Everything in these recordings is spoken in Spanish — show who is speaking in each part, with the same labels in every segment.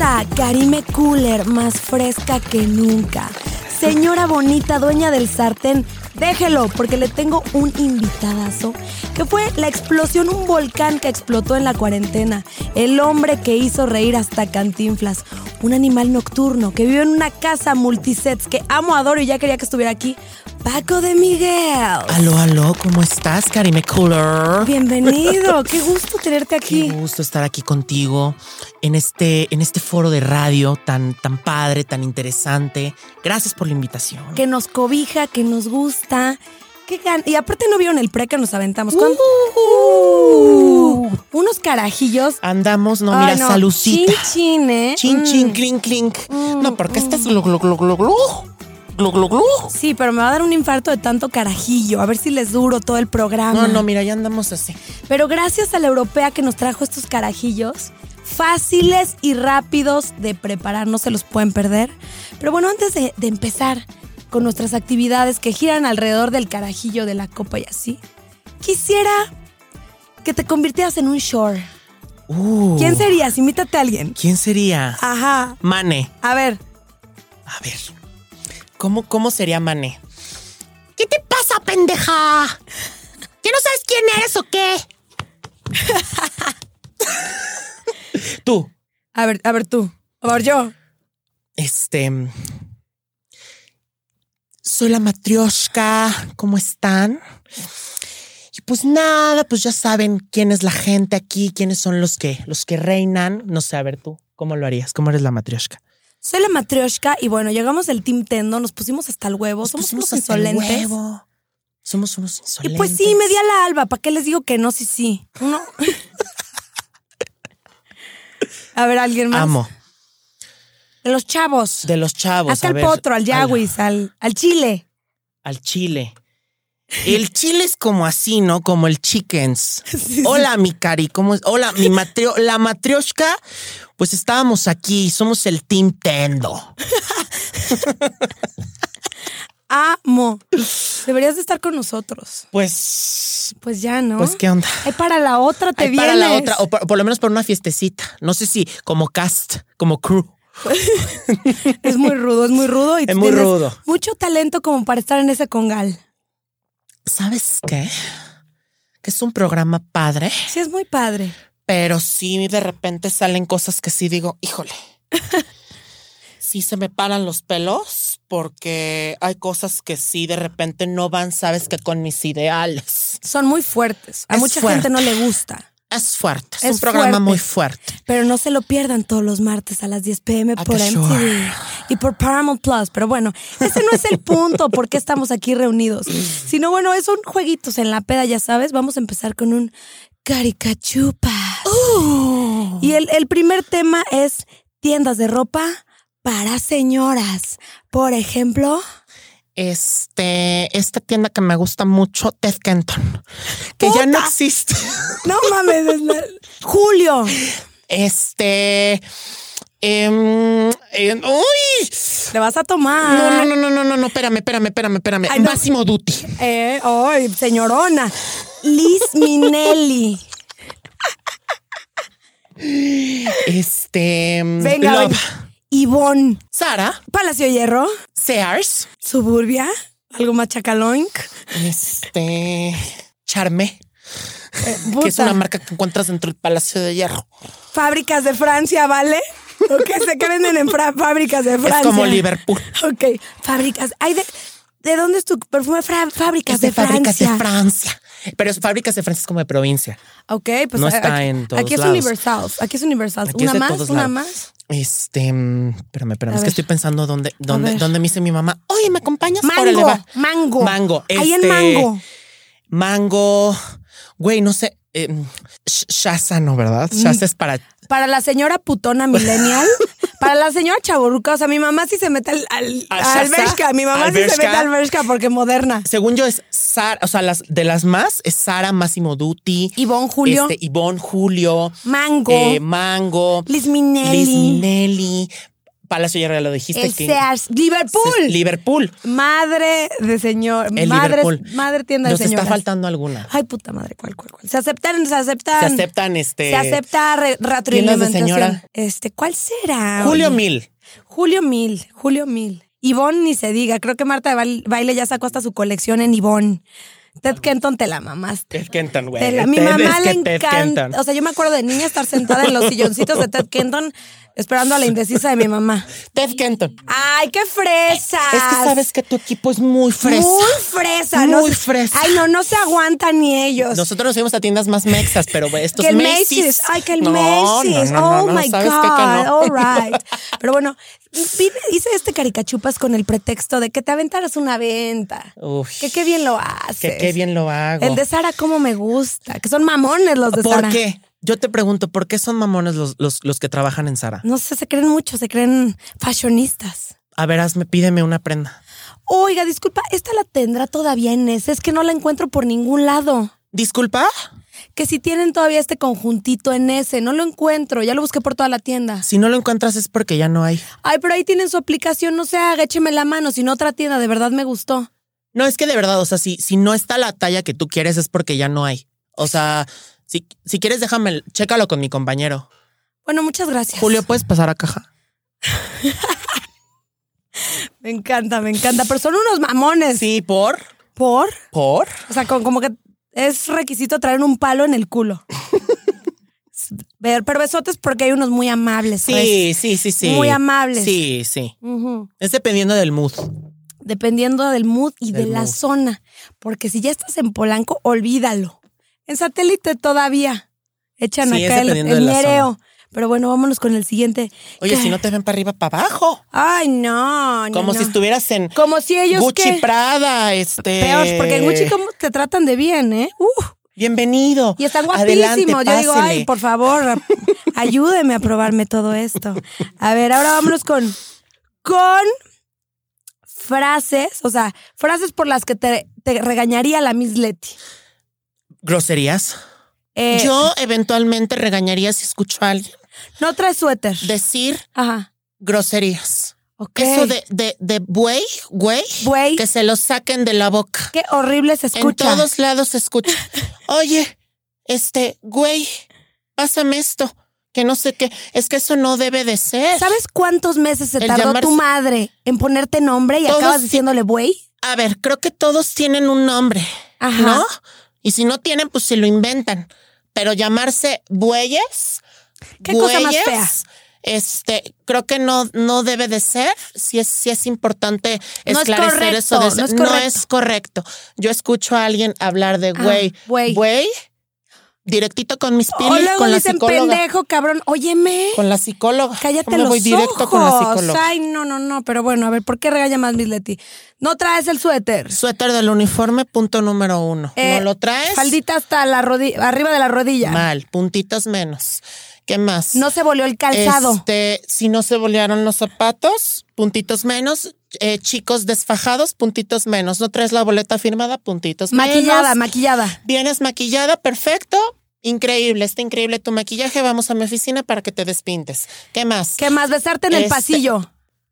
Speaker 1: a Karime Cooler, más fresca que nunca. Señora bonita, dueña del sartén, déjelo, porque le tengo un invitadazo, que fue la explosión, un volcán que explotó en la cuarentena, el hombre que hizo reír hasta cantinflas, un animal nocturno que vive en una casa multisets que amo, adoro y ya quería que estuviera aquí, Paco de Miguel.
Speaker 2: Aló, aló, ¿cómo estás, Karime Cooler?
Speaker 1: Bienvenido, qué gusto tenerte aquí.
Speaker 2: Qué gusto estar aquí contigo en este, en este foro de radio tan, tan padre, tan interesante. Gracias por la invitación.
Speaker 1: Que nos cobija, que nos gusta. Qué gan- y aparte no vieron el pre que nos aventamos.
Speaker 2: Uh-huh.
Speaker 1: ¿Cuán- Uh, unos carajillos.
Speaker 2: Andamos, no,
Speaker 1: Ay,
Speaker 2: mira,
Speaker 1: no,
Speaker 2: salucita.
Speaker 1: Chin, chin, ¿eh?
Speaker 2: Chin,
Speaker 1: Mm.
Speaker 2: chin, clink, clink. No, porque este es glu, glu, glu, glu, glu. Glu, glu, glu.
Speaker 1: Sí, pero me va a dar un infarto de tanto carajillo. A ver si les duro todo el programa.
Speaker 2: No, no, mira, ya andamos así.
Speaker 1: Pero gracias a la europea que nos trajo estos carajillos, fáciles y rápidos de preparar, no se los pueden perder. Pero bueno, antes de, de empezar con nuestras actividades que giran alrededor del carajillo de la copa y así, quisiera que te convirtieras en un shore.
Speaker 2: Uh,
Speaker 1: ¿Quién Ah. serías? Imítate a alguien.
Speaker 2: ¿Quién sería?
Speaker 1: Ajá.
Speaker 2: Mane.
Speaker 1: A ver,
Speaker 2: A ver. ¿Cómo, cómo sería Mane? ¿Qué te pasa, pendeja? ¿Que no sabes quién eres o qué? Tú,
Speaker 1: a ver, a ver tú. A ver yo.
Speaker 2: este. Soy la matrioshka. ¿Cómo están? Y pues nada, pues ya saben quién es la gente aquí, quiénes son los que, los que reinan. No sé, a ver tú, ¿cómo lo harías? ¿Cómo eres la matrioshka?
Speaker 1: Soy la matrioshka y bueno, llegamos el Team Tendo, nos pusimos hasta el huevo,
Speaker 2: Pues
Speaker 1: somos
Speaker 2: Nos pusimos
Speaker 1: unos
Speaker 2: hasta el
Speaker 1: insolentes.
Speaker 2: huevo. Somos unos
Speaker 1: Y
Speaker 2: insolentes.
Speaker 1: pues sí, me di a la alba. ¿Para qué les digo que no? Sí, sí. Uno. a ver, alguien más.
Speaker 2: Amo.
Speaker 1: De los chavos.
Speaker 2: De los chavos.
Speaker 1: Hasta
Speaker 2: a
Speaker 1: el
Speaker 2: ver,
Speaker 1: potro, al yaguis, al, al chile.
Speaker 2: Al, al chile. El chile es como así, ¿no? Como el chickens.
Speaker 1: sí.
Speaker 2: Hola, mi cari, ¿cómo es? Hola, mi matrio, la matrioshka. Pues estábamos aquí, somos el Team Tendo.
Speaker 1: Amo. Deberías de estar con nosotros.
Speaker 2: Pues,
Speaker 1: Pues ya, ¿no?
Speaker 2: pues, ¿qué onda?
Speaker 1: Ay, para la otra te
Speaker 2: Ahí
Speaker 1: vienes.
Speaker 2: para la otra, oh. o por, por lo menos para una fiestecita. No sé si como cast, como crew.
Speaker 1: Es muy rudo, es muy rudo. Y tú
Speaker 2: Es muy
Speaker 1: tienes
Speaker 2: rudo.
Speaker 1: Mucho talento como para estar en ese congal.
Speaker 2: ¿Sabes qué? Que es un programa padre.
Speaker 1: Sí, es muy padre.
Speaker 2: Pero sí, de repente salen cosas que sí digo, híjole. sí se me paran los pelos porque hay cosas que sí de repente no van, sabes que con mis ideales.
Speaker 1: Son muy fuertes. A
Speaker 2: Es
Speaker 1: mucha
Speaker 2: fuerte.
Speaker 1: gente no le gusta.
Speaker 2: Es fuerte, es,
Speaker 1: Es
Speaker 2: un programa
Speaker 1: fuerte.
Speaker 2: muy fuerte.
Speaker 1: Pero no se lo pierdan todos los martes a las 10 pm
Speaker 2: At
Speaker 1: por
Speaker 2: the
Speaker 1: MTV
Speaker 2: Shore.
Speaker 1: y por Paramount Plus. Pero bueno, ese no es el punto por qué estamos aquí reunidos. Sino bueno, es un jueguitos en la peda, ya sabes. Vamos a empezar con un caricachupas.
Speaker 2: Uh.
Speaker 1: Y el, el primer tema es tiendas de ropa para señoras. Por ejemplo,
Speaker 2: Este, esta tienda que me gusta mucho, Ted Kenton, que ya no
Speaker 1: Puta.
Speaker 2: existe.
Speaker 1: no mames, es la- Julio.
Speaker 2: Este, em, em, uy,
Speaker 1: Te vas a
Speaker 2: no, no,
Speaker 1: tomar.
Speaker 2: no, no, no, no, no, espérame, espérame, espérame, espérame.
Speaker 1: Ay, no.
Speaker 2: Máximo Duty.
Speaker 1: Eh, ay, señorona. Liz Minelli.
Speaker 2: Este, em,
Speaker 1: Venga,
Speaker 2: Love.
Speaker 1: venga. Ivonne.
Speaker 2: Sara,
Speaker 1: Palacio de Hierro.
Speaker 2: Sears,
Speaker 1: Suburbia. Algo más chacaloink.
Speaker 2: este, Charme, que es
Speaker 1: puta.
Speaker 2: una marca que encuentras dentro del Palacio de Hierro.
Speaker 1: Fábricas de Francia, ¿vale? ¿O qué se creen en fra- fábricas de Francia?
Speaker 2: Es como Liverpool.
Speaker 1: Ok, fábricas. Ay, de, ¿de dónde es tu perfume? Fra- fábricas
Speaker 2: Es
Speaker 1: de,
Speaker 2: de fábricas de
Speaker 1: Francia.
Speaker 2: Francia. Pero es fábricas de Francia es como de provincia.
Speaker 1: ok, pues
Speaker 2: No
Speaker 1: a-
Speaker 2: está
Speaker 1: aquí,
Speaker 2: en todos
Speaker 1: aquí es
Speaker 2: lados.
Speaker 1: universal. Aquí es universal.
Speaker 2: Aquí es
Speaker 1: una
Speaker 2: de
Speaker 1: más,
Speaker 2: todos
Speaker 1: una
Speaker 2: lados.
Speaker 1: más.
Speaker 2: Este, mm, espérame, espérame.
Speaker 1: A
Speaker 2: es
Speaker 1: ver.
Speaker 2: que estoy pensando dónde, dónde,
Speaker 1: ver.
Speaker 2: dónde me dice mi mamá. Oye, ¿me acompañas? Órale,
Speaker 1: Mango,
Speaker 2: va.
Speaker 1: mango.
Speaker 2: Mango,
Speaker 1: Ahí en
Speaker 2: este-
Speaker 1: mango.
Speaker 2: Mango. Güey, no sé. eh, Sh- Shaza no, ¿verdad?
Speaker 1: Mm.
Speaker 2: Shaza es para.
Speaker 1: Para la señora putona millennial, para la señora chaburruca, o sea, mi mamá sí se mete al, al,
Speaker 2: A
Speaker 1: a
Speaker 2: Shazam,
Speaker 1: alberca, mi mamá sí se
Speaker 2: alberca.
Speaker 1: mete al alberca porque moderna.
Speaker 2: Según yo es Sara, o sea, las de las más es Sara, Máximo Duty,
Speaker 1: Ivonne Julio,
Speaker 2: este, Ivonne Julio,
Speaker 1: Mango,
Speaker 2: eh, Mango,
Speaker 1: Liz Minelli.
Speaker 2: Liz Minelli, Palacio ya lo dijiste.
Speaker 1: El
Speaker 2: que-
Speaker 1: Sears. Liverpool.
Speaker 2: Liverpool.
Speaker 1: madre de señor.
Speaker 2: El
Speaker 1: madre,
Speaker 2: Liverpool.
Speaker 1: madre tienda de
Speaker 2: Nos
Speaker 1: señoras.
Speaker 2: está faltando alguna.
Speaker 1: Ay, puta madre, ¿cuál, cuál, cuál? Se aceptan, se aceptan.
Speaker 2: Se aceptan este.
Speaker 1: Se acepta re- retroalimentación.
Speaker 2: señora?
Speaker 1: Este, ¿cuál será?
Speaker 2: Julio
Speaker 1: Oye,
Speaker 2: Mil.
Speaker 1: Julio Mil, Julio Mil. Ivonne ni se diga, creo que Marta de Bail- Baile ya sacó hasta su colección en Ivonne. Ted Kenton te la mamaste.
Speaker 2: Ted Kenton, güey.
Speaker 1: Te la- mi
Speaker 2: Ted
Speaker 1: mamá
Speaker 2: es
Speaker 1: le
Speaker 2: que Ted
Speaker 1: encanta.
Speaker 2: Kenton.
Speaker 1: O sea, yo me acuerdo de niña estar sentada en los silloncitos de Ted Kenton esperando a la indecisa de mi mamá.
Speaker 2: Ted Kenton.
Speaker 1: ¡Ay, qué fresa!
Speaker 2: Es que sabes que tu equipo es muy fresa.
Speaker 1: Muy fresa. no
Speaker 2: Muy
Speaker 1: se-
Speaker 2: fresa.
Speaker 1: Ay, no, no se aguantan ni ellos.
Speaker 2: Nosotros nos íbamos a tiendas más mexas, pero estos
Speaker 1: que el
Speaker 2: Macy's.
Speaker 1: Macy's. Ay, que el
Speaker 2: No, no,
Speaker 1: Macy's.
Speaker 2: no, no,
Speaker 1: oh
Speaker 2: no,
Speaker 1: my
Speaker 2: ¿sabes
Speaker 1: God. Oh
Speaker 2: qué? Que no.
Speaker 1: All right. Pero bueno, vi- hice este caricachupas con el pretexto de que te aventaras una venta.
Speaker 2: Uy,
Speaker 1: Que qué bien lo haces.
Speaker 2: que qué bien lo hago.
Speaker 1: El de Sara, cómo me gusta. Que son mamones los de
Speaker 2: ¿Por
Speaker 1: Sara.
Speaker 2: qué? Yo te pregunto, ¿por qué son mamones los, los, los que trabajan en Sara?
Speaker 1: No sé, se creen mucho, se creen fashionistas.
Speaker 2: A ver, hazme, pídeme una prenda.
Speaker 1: Oiga, disculpa, esta la tendrá todavía Inés. Es que no la encuentro por ningún lado.
Speaker 2: Disculpa,
Speaker 1: Que si tienen todavía este conjuntito en ese, no lo encuentro, ya lo busqué por toda la tienda.
Speaker 2: si no lo encuentras es porque ya no hay.
Speaker 1: Ay, pero ahí tienen su aplicación, no se haga, écheme la mano, si no otra tienda, de verdad me gustó.
Speaker 2: No, es que de verdad, o sea, si, si no está la talla que tú quieres es porque ya no hay. O sea, si, si quieres, déjame, chécalo con mi compañero.
Speaker 1: Bueno, muchas gracias.
Speaker 2: Julio, ¿puedes pasar a caja?
Speaker 1: Me encanta, me encanta, pero son unos mamones.
Speaker 2: Sí, por,
Speaker 1: ¿Por?
Speaker 2: por.
Speaker 1: O sea, con- como que es requisito traer un palo en el culo. Ver, pero besotes porque hay unos muy amables.
Speaker 2: Sí, sí, sí, sí.
Speaker 1: Muy amables.
Speaker 2: Sí, sí.
Speaker 1: pues. Ujú.
Speaker 2: Es dependiendo del mood.
Speaker 1: Dependiendo del mood y
Speaker 2: Del
Speaker 1: de la
Speaker 2: mood.
Speaker 1: zona. Porque si ya estás en Polanco, olvídalo. En satélite todavía. Echan
Speaker 2: Sí, es
Speaker 1: acá el,
Speaker 2: dependiendo
Speaker 1: el
Speaker 2: de la
Speaker 1: ñereo. Pero bueno, vámonos con el siguiente.
Speaker 2: Oye,
Speaker 1: ¿Qué?
Speaker 2: si no te ven para arriba, para abajo.
Speaker 1: Ay, no. no,
Speaker 2: Como si
Speaker 1: no.
Speaker 2: estuvieras en
Speaker 1: Como si ellos.
Speaker 2: Gucci
Speaker 1: ¿qué?
Speaker 2: Prada, este.
Speaker 1: Peor, porque en Gucci como te tratan de bien, ¿eh? Uh,
Speaker 2: Bienvenido.
Speaker 1: y están
Speaker 2: Adelante,
Speaker 1: guapísimos. Yo digo,
Speaker 2: pásele.
Speaker 1: ay, por favor, a- ayúdeme a probarme todo esto. A ver, ahora vámonos con. Con frases, o sea, frases por las que te, te regañaría la Miss Leti.
Speaker 2: Groserías.
Speaker 1: Eh,
Speaker 2: Yo eventualmente regañaría si escucho a alguien
Speaker 1: No traes suéter.
Speaker 2: decir
Speaker 1: Ajá.
Speaker 2: groserías.
Speaker 1: Ok.
Speaker 2: Eso de, de, de buey, güey,
Speaker 1: Güey.
Speaker 2: que se lo saquen de la boca.
Speaker 1: Qué horrible se escucha.
Speaker 2: En todos lados se escucha. Oye, este, güey, pásame esto, que no sé qué. Es que eso no debe de ser.
Speaker 1: ¿Sabes cuántos meses se
Speaker 2: El
Speaker 1: tardó
Speaker 2: llamarse-
Speaker 1: tu madre en ponerte nombre y
Speaker 2: Todos
Speaker 1: acabas
Speaker 2: sí-
Speaker 1: diciéndole güey?
Speaker 2: A ver, creo que todos tienen un nombre,
Speaker 1: Ajá.
Speaker 2: ¿no? Y si no tienen, pues se lo inventan. Pero llamarse bueyes.
Speaker 1: ¿Qué cosa más
Speaker 2: bueyes,
Speaker 1: fea?
Speaker 2: Este, creo que no, no debe de ser. Si es, si es importante
Speaker 1: No es
Speaker 2: esclarecer eso. de
Speaker 1: correcto, no es
Speaker 2: ser-
Speaker 1: correcto.
Speaker 2: correcto. Yo escucho a alguien hablar de
Speaker 1: Ah,
Speaker 2: güey,
Speaker 1: güey.
Speaker 2: güey, directito con mis
Speaker 1: O
Speaker 2: pilis,
Speaker 1: luego
Speaker 2: con la
Speaker 1: dicen
Speaker 2: psicóloga.
Speaker 1: pendejo, cabrón. Óyeme.
Speaker 2: Con la psicóloga.
Speaker 1: Cállate
Speaker 2: Yo me
Speaker 1: los
Speaker 2: voy directo
Speaker 1: ojos.
Speaker 2: con la psicóloga.
Speaker 1: Ay, no, no, no. Pero bueno, a ver, ¿por qué regaña más Miss Leti? No traes el suéter.
Speaker 2: Suéter del uniforme, punto número uno.
Speaker 1: Eh,
Speaker 2: no lo traes.
Speaker 1: Faldita hasta la rodilla, arriba de la rodilla.
Speaker 2: Mal, puntitos menos. ¿Qué más?
Speaker 1: No se volvió el calzado.
Speaker 2: Este, si no se bolearon los zapatos, puntitos menos. Eh, chicos desfajados, puntitos menos. No traes la boleta firmada, puntitos
Speaker 1: maquillada,
Speaker 2: menos.
Speaker 1: maquillada.
Speaker 2: Vienes maquillada, perfecto. Increíble, está increíble tu maquillaje. Vamos a mi oficina para que te despintes. ¿Qué más?
Speaker 1: ¿Qué más? Besarte en el
Speaker 2: Este-
Speaker 1: pasillo.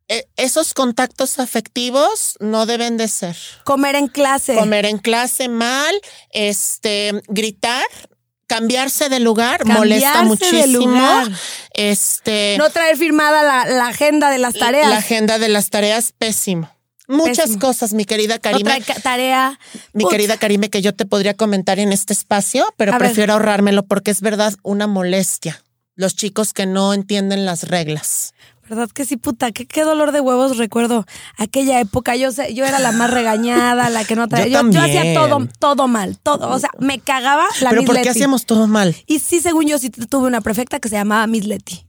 Speaker 2: Eh, esos contactos afectivos no deben de ser.
Speaker 1: Comer en clase.
Speaker 2: Comer en clase mal, este, gritar, cambiarse de lugar, molesta
Speaker 1: Cambiarse de
Speaker 2: muchísimo.
Speaker 1: lugar.
Speaker 2: Este,
Speaker 1: No traer firmada la, la agenda de las tareas.
Speaker 2: La agenda de las tareas, pésimo. Muchas
Speaker 1: Pésimo.
Speaker 2: cosas, mi querida
Speaker 1: no
Speaker 2: Karime.
Speaker 1: traer ca- tarea.
Speaker 2: mi
Speaker 1: Puta.
Speaker 2: querida Karime, que yo te podría comentar en este espacio, pero
Speaker 1: A ver.
Speaker 2: prefiero ahorrármelo porque es verdad una molestia. Los chicos que no entienden las reglas.
Speaker 1: ¿Verdad que sí, puta? ¿Qué, qué dolor de huevos recuerdo aquella época. Yo sé, yo era la más regañada, la que no traía.
Speaker 2: Yo
Speaker 1: hacía
Speaker 2: también.
Speaker 1: todo, todo mal, todo. O sea, me cagaba la
Speaker 2: pero
Speaker 1: Miss
Speaker 2: ¿por qué
Speaker 1: Leti.
Speaker 2: hacíamos todo mal?
Speaker 1: Y sí, según yo, sí tuve una prefecta que se llamaba Miss Leti.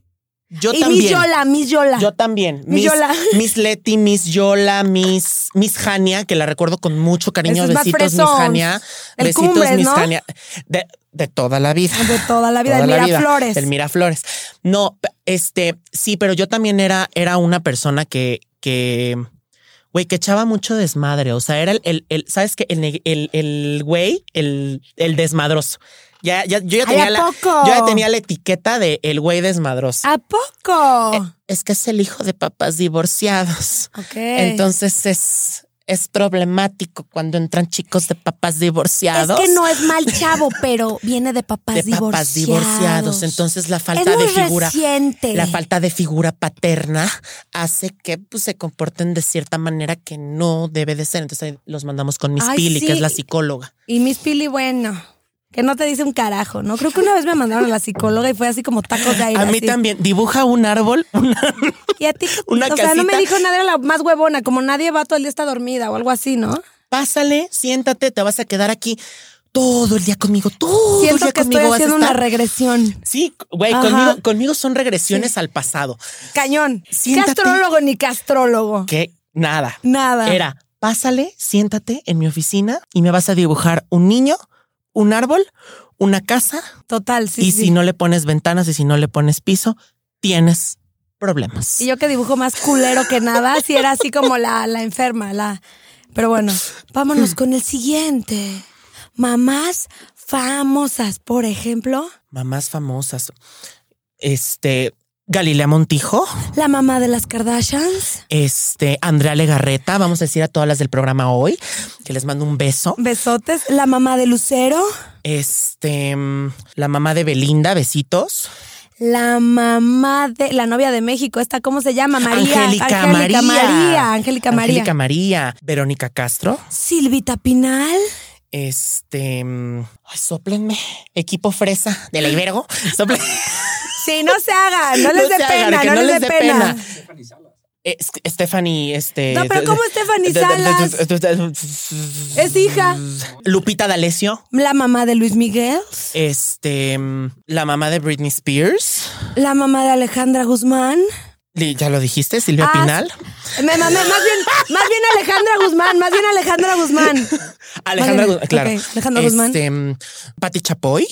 Speaker 2: Yo
Speaker 1: y
Speaker 2: también.
Speaker 1: Miss Yola, Miss Yola.
Speaker 2: Yo también.
Speaker 1: Miss
Speaker 2: Miss,
Speaker 1: Yola.
Speaker 2: Miss Leti, Miss Yola, Miss, Miss Jania, que la recuerdo con mucho cariño.
Speaker 1: Ese es más
Speaker 2: Besitos, Miss
Speaker 1: fresón.
Speaker 2: Jania.
Speaker 1: El
Speaker 2: Besitos,
Speaker 1: Cumbres,
Speaker 2: Miss
Speaker 1: ¿no?
Speaker 2: Jania. De, de toda la vida.
Speaker 1: De toda la vida,
Speaker 2: Toda
Speaker 1: de
Speaker 2: la
Speaker 1: Miraflores.
Speaker 2: El Miraflores. No, p- este, sí, pero yo también era, era una persona que, que, güey, que echaba mucho desmadre. O sea, era el, el, el- ¿sabes qué? El, neg- el, el güey, el, el desmadroso. Ya, ya, yo ya
Speaker 1: Ay,
Speaker 2: tenía
Speaker 1: ¿a
Speaker 2: la,
Speaker 1: poco?
Speaker 2: yo ya tenía la etiqueta de el güey desmadroso.
Speaker 1: ¿A poco?
Speaker 2: Eh, es que es el hijo de papás divorciados.
Speaker 1: ok.
Speaker 2: Entonces es, es problemático cuando entran chicos de papás
Speaker 1: es
Speaker 2: divorciados.
Speaker 1: que no es mal chavo, pero viene de papás
Speaker 2: de
Speaker 1: divorciados.
Speaker 2: papás divorciados. Entonces la falta
Speaker 1: es muy
Speaker 2: de figura,
Speaker 1: reciente.
Speaker 2: la falta de figura paterna hace que pues, se comporten de cierta manera que no debe de ser. Entonces ahí los mandamos con Miss
Speaker 1: Ay,
Speaker 2: Pili,
Speaker 1: sí.
Speaker 2: que es la psicóloga.
Speaker 1: Y Miss Pili, bueno, que no te dice un carajo, ¿no? Creo que una vez me mandaron a la psicóloga y fue así como tacos de aire.
Speaker 2: A mí
Speaker 1: así.
Speaker 2: también dibuja un árbol, una-
Speaker 1: Y a ti,
Speaker 2: una
Speaker 1: o sea, no me
Speaker 2: casita.
Speaker 1: dijo nada, era la más huevona, como nadie va todo el día está dormida o algo así, ¿no?
Speaker 2: pásale, siéntate, te vas a quedar aquí todo el día conmigo, todo el
Speaker 1: Siento
Speaker 2: día
Speaker 1: que estoy
Speaker 2: conmigo vas a
Speaker 1: haciendo una
Speaker 2: estar.
Speaker 1: regresión.
Speaker 2: Sí, güey,
Speaker 1: Ajá.
Speaker 2: conmigo, conmigo son regresiones al pasado.
Speaker 1: Cañón.
Speaker 2: Siéntate.
Speaker 1: Castrólogo ni castrólogo.
Speaker 2: Que nada.
Speaker 1: Nada.
Speaker 2: Era, pásale, siéntate en mi oficina y me vas a dibujar un niño, un árbol, una casa
Speaker 1: Total, sí.
Speaker 2: y
Speaker 1: sí.
Speaker 2: si no le pones ventanas y si no le pones piso, tienes problemas.
Speaker 1: Y yo que dibujo más culero que nada, si era así como la, la enferma, la. Pero bueno, vámonos con el siguiente. Mamás famosas, por ejemplo,
Speaker 2: Mamás famosas. Este, Galilea Montijo,
Speaker 1: la mamá de las Kardashians.
Speaker 2: este, Andrea Legarreta, vamos a decir a todas las del programa hoy, que les mando un beso.
Speaker 1: Besotes, la mamá de Lucero,
Speaker 2: Este, mm, la mamá de Belinda, besitos.
Speaker 1: la mamá de la novia de México, esta cómo se llama, María,
Speaker 2: Angélica
Speaker 1: Angélica
Speaker 2: María.
Speaker 1: María, Angélica María,
Speaker 2: Angélica María, Verónica Castro.
Speaker 1: Silvita Pinal,
Speaker 2: Este, mm, ay, soplenme, equipo fresa de la Ibergo. soplen-
Speaker 1: sí, no se hagan, no les dé
Speaker 2: se hagan,
Speaker 1: pena,
Speaker 2: que
Speaker 1: no, les, dé pena.
Speaker 2: eh, Es- Stephanie, este.
Speaker 1: No, pero ¿cómo Stephanie
Speaker 2: eh, Salas?
Speaker 1: Es hija.
Speaker 2: Lupita D'Alessio,
Speaker 1: La mamá de Luis Miguel,
Speaker 2: este, mm, la mamá de Britney Spears.
Speaker 1: la mamá de Alejandra Guzmán.
Speaker 2: Li- Ya lo dijiste, Silvia
Speaker 1: Ah,
Speaker 2: Pinal.
Speaker 1: Me mamé, más bien, más bien Alejandra Guzmán, más bien Alejandra Guzmán.
Speaker 2: Alejandra,
Speaker 1: Vale,
Speaker 2: Guzmán, claro.
Speaker 1: ok, Alejandra Guzmán.
Speaker 2: Este, mm, Pati Chapoy.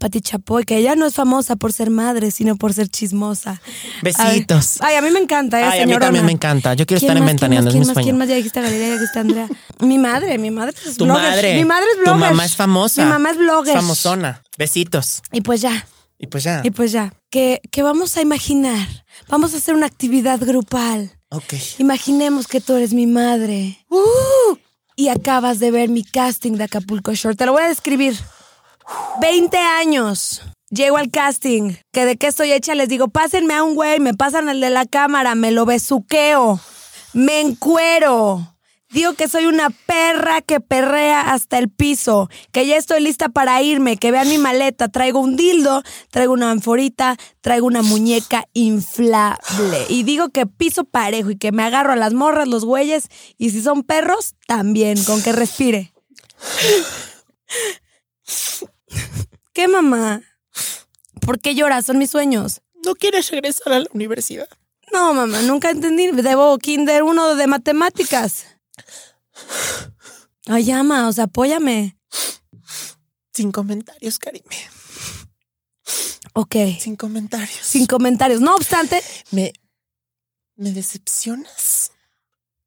Speaker 1: Pati Chapoy, que ella no es famosa por ser madre, sino por ser chismosa. A ver.
Speaker 2: Besitos.
Speaker 1: Ay, a mí me encanta, eh,
Speaker 2: Ay, a mí
Speaker 1: señorona.
Speaker 2: también me encanta. Yo quiero
Speaker 1: ¿Quién
Speaker 2: estar en
Speaker 1: más, quién
Speaker 2: Ventaneando,
Speaker 1: más,
Speaker 2: es mi
Speaker 1: ¿Quién más? ¿Quién
Speaker 2: sueño.
Speaker 1: más? Ya dijiste Galilea, ya dijiste Andrea. Mi madre, mi madre es
Speaker 2: Tu
Speaker 1: blogger.
Speaker 2: madre.
Speaker 1: Mi madre es
Speaker 2: Tu
Speaker 1: blogger.
Speaker 2: mamá es famosa.
Speaker 1: Mi mamá es blogger.
Speaker 2: Famosona. Besitos.
Speaker 1: Y pues ya,
Speaker 2: Y pues ya.
Speaker 1: y pues ya. Que, que vamos a imaginar. Vamos a hacer una actividad grupal.
Speaker 2: Ok.
Speaker 1: Imaginemos que tú eres mi madre. Y acabas de ver mi casting de Acapulco Short. Te lo voy a describir. 20 años. Llego al casting. Que de qué estoy hecha les digo, pásenme a un güey, me pasan el de la cámara, me lo besuqueo, me encuero. Digo que soy una perra que perrea hasta el piso, que ya estoy lista para irme, que vean mi maleta, traigo un dildo, traigo una anforita, traigo una muñeca inflable. Y digo que piso parejo y que me agarro a las morras, los güeyes, y si son perros, también, con que respire. ¿Qué mamá? ¿Por qué lloras? Son mis sueños.
Speaker 2: ¿No quieres regresar a la universidad?
Speaker 1: No, mamá, nunca entendí. Debo Kinder 1 de matemáticas. Ay, ama, o sea, apóyame.
Speaker 2: Sin comentarios, Karime.
Speaker 1: Ok.
Speaker 2: Sin comentarios.
Speaker 1: Sin comentarios. No obstante,
Speaker 2: Me, me decepcionas.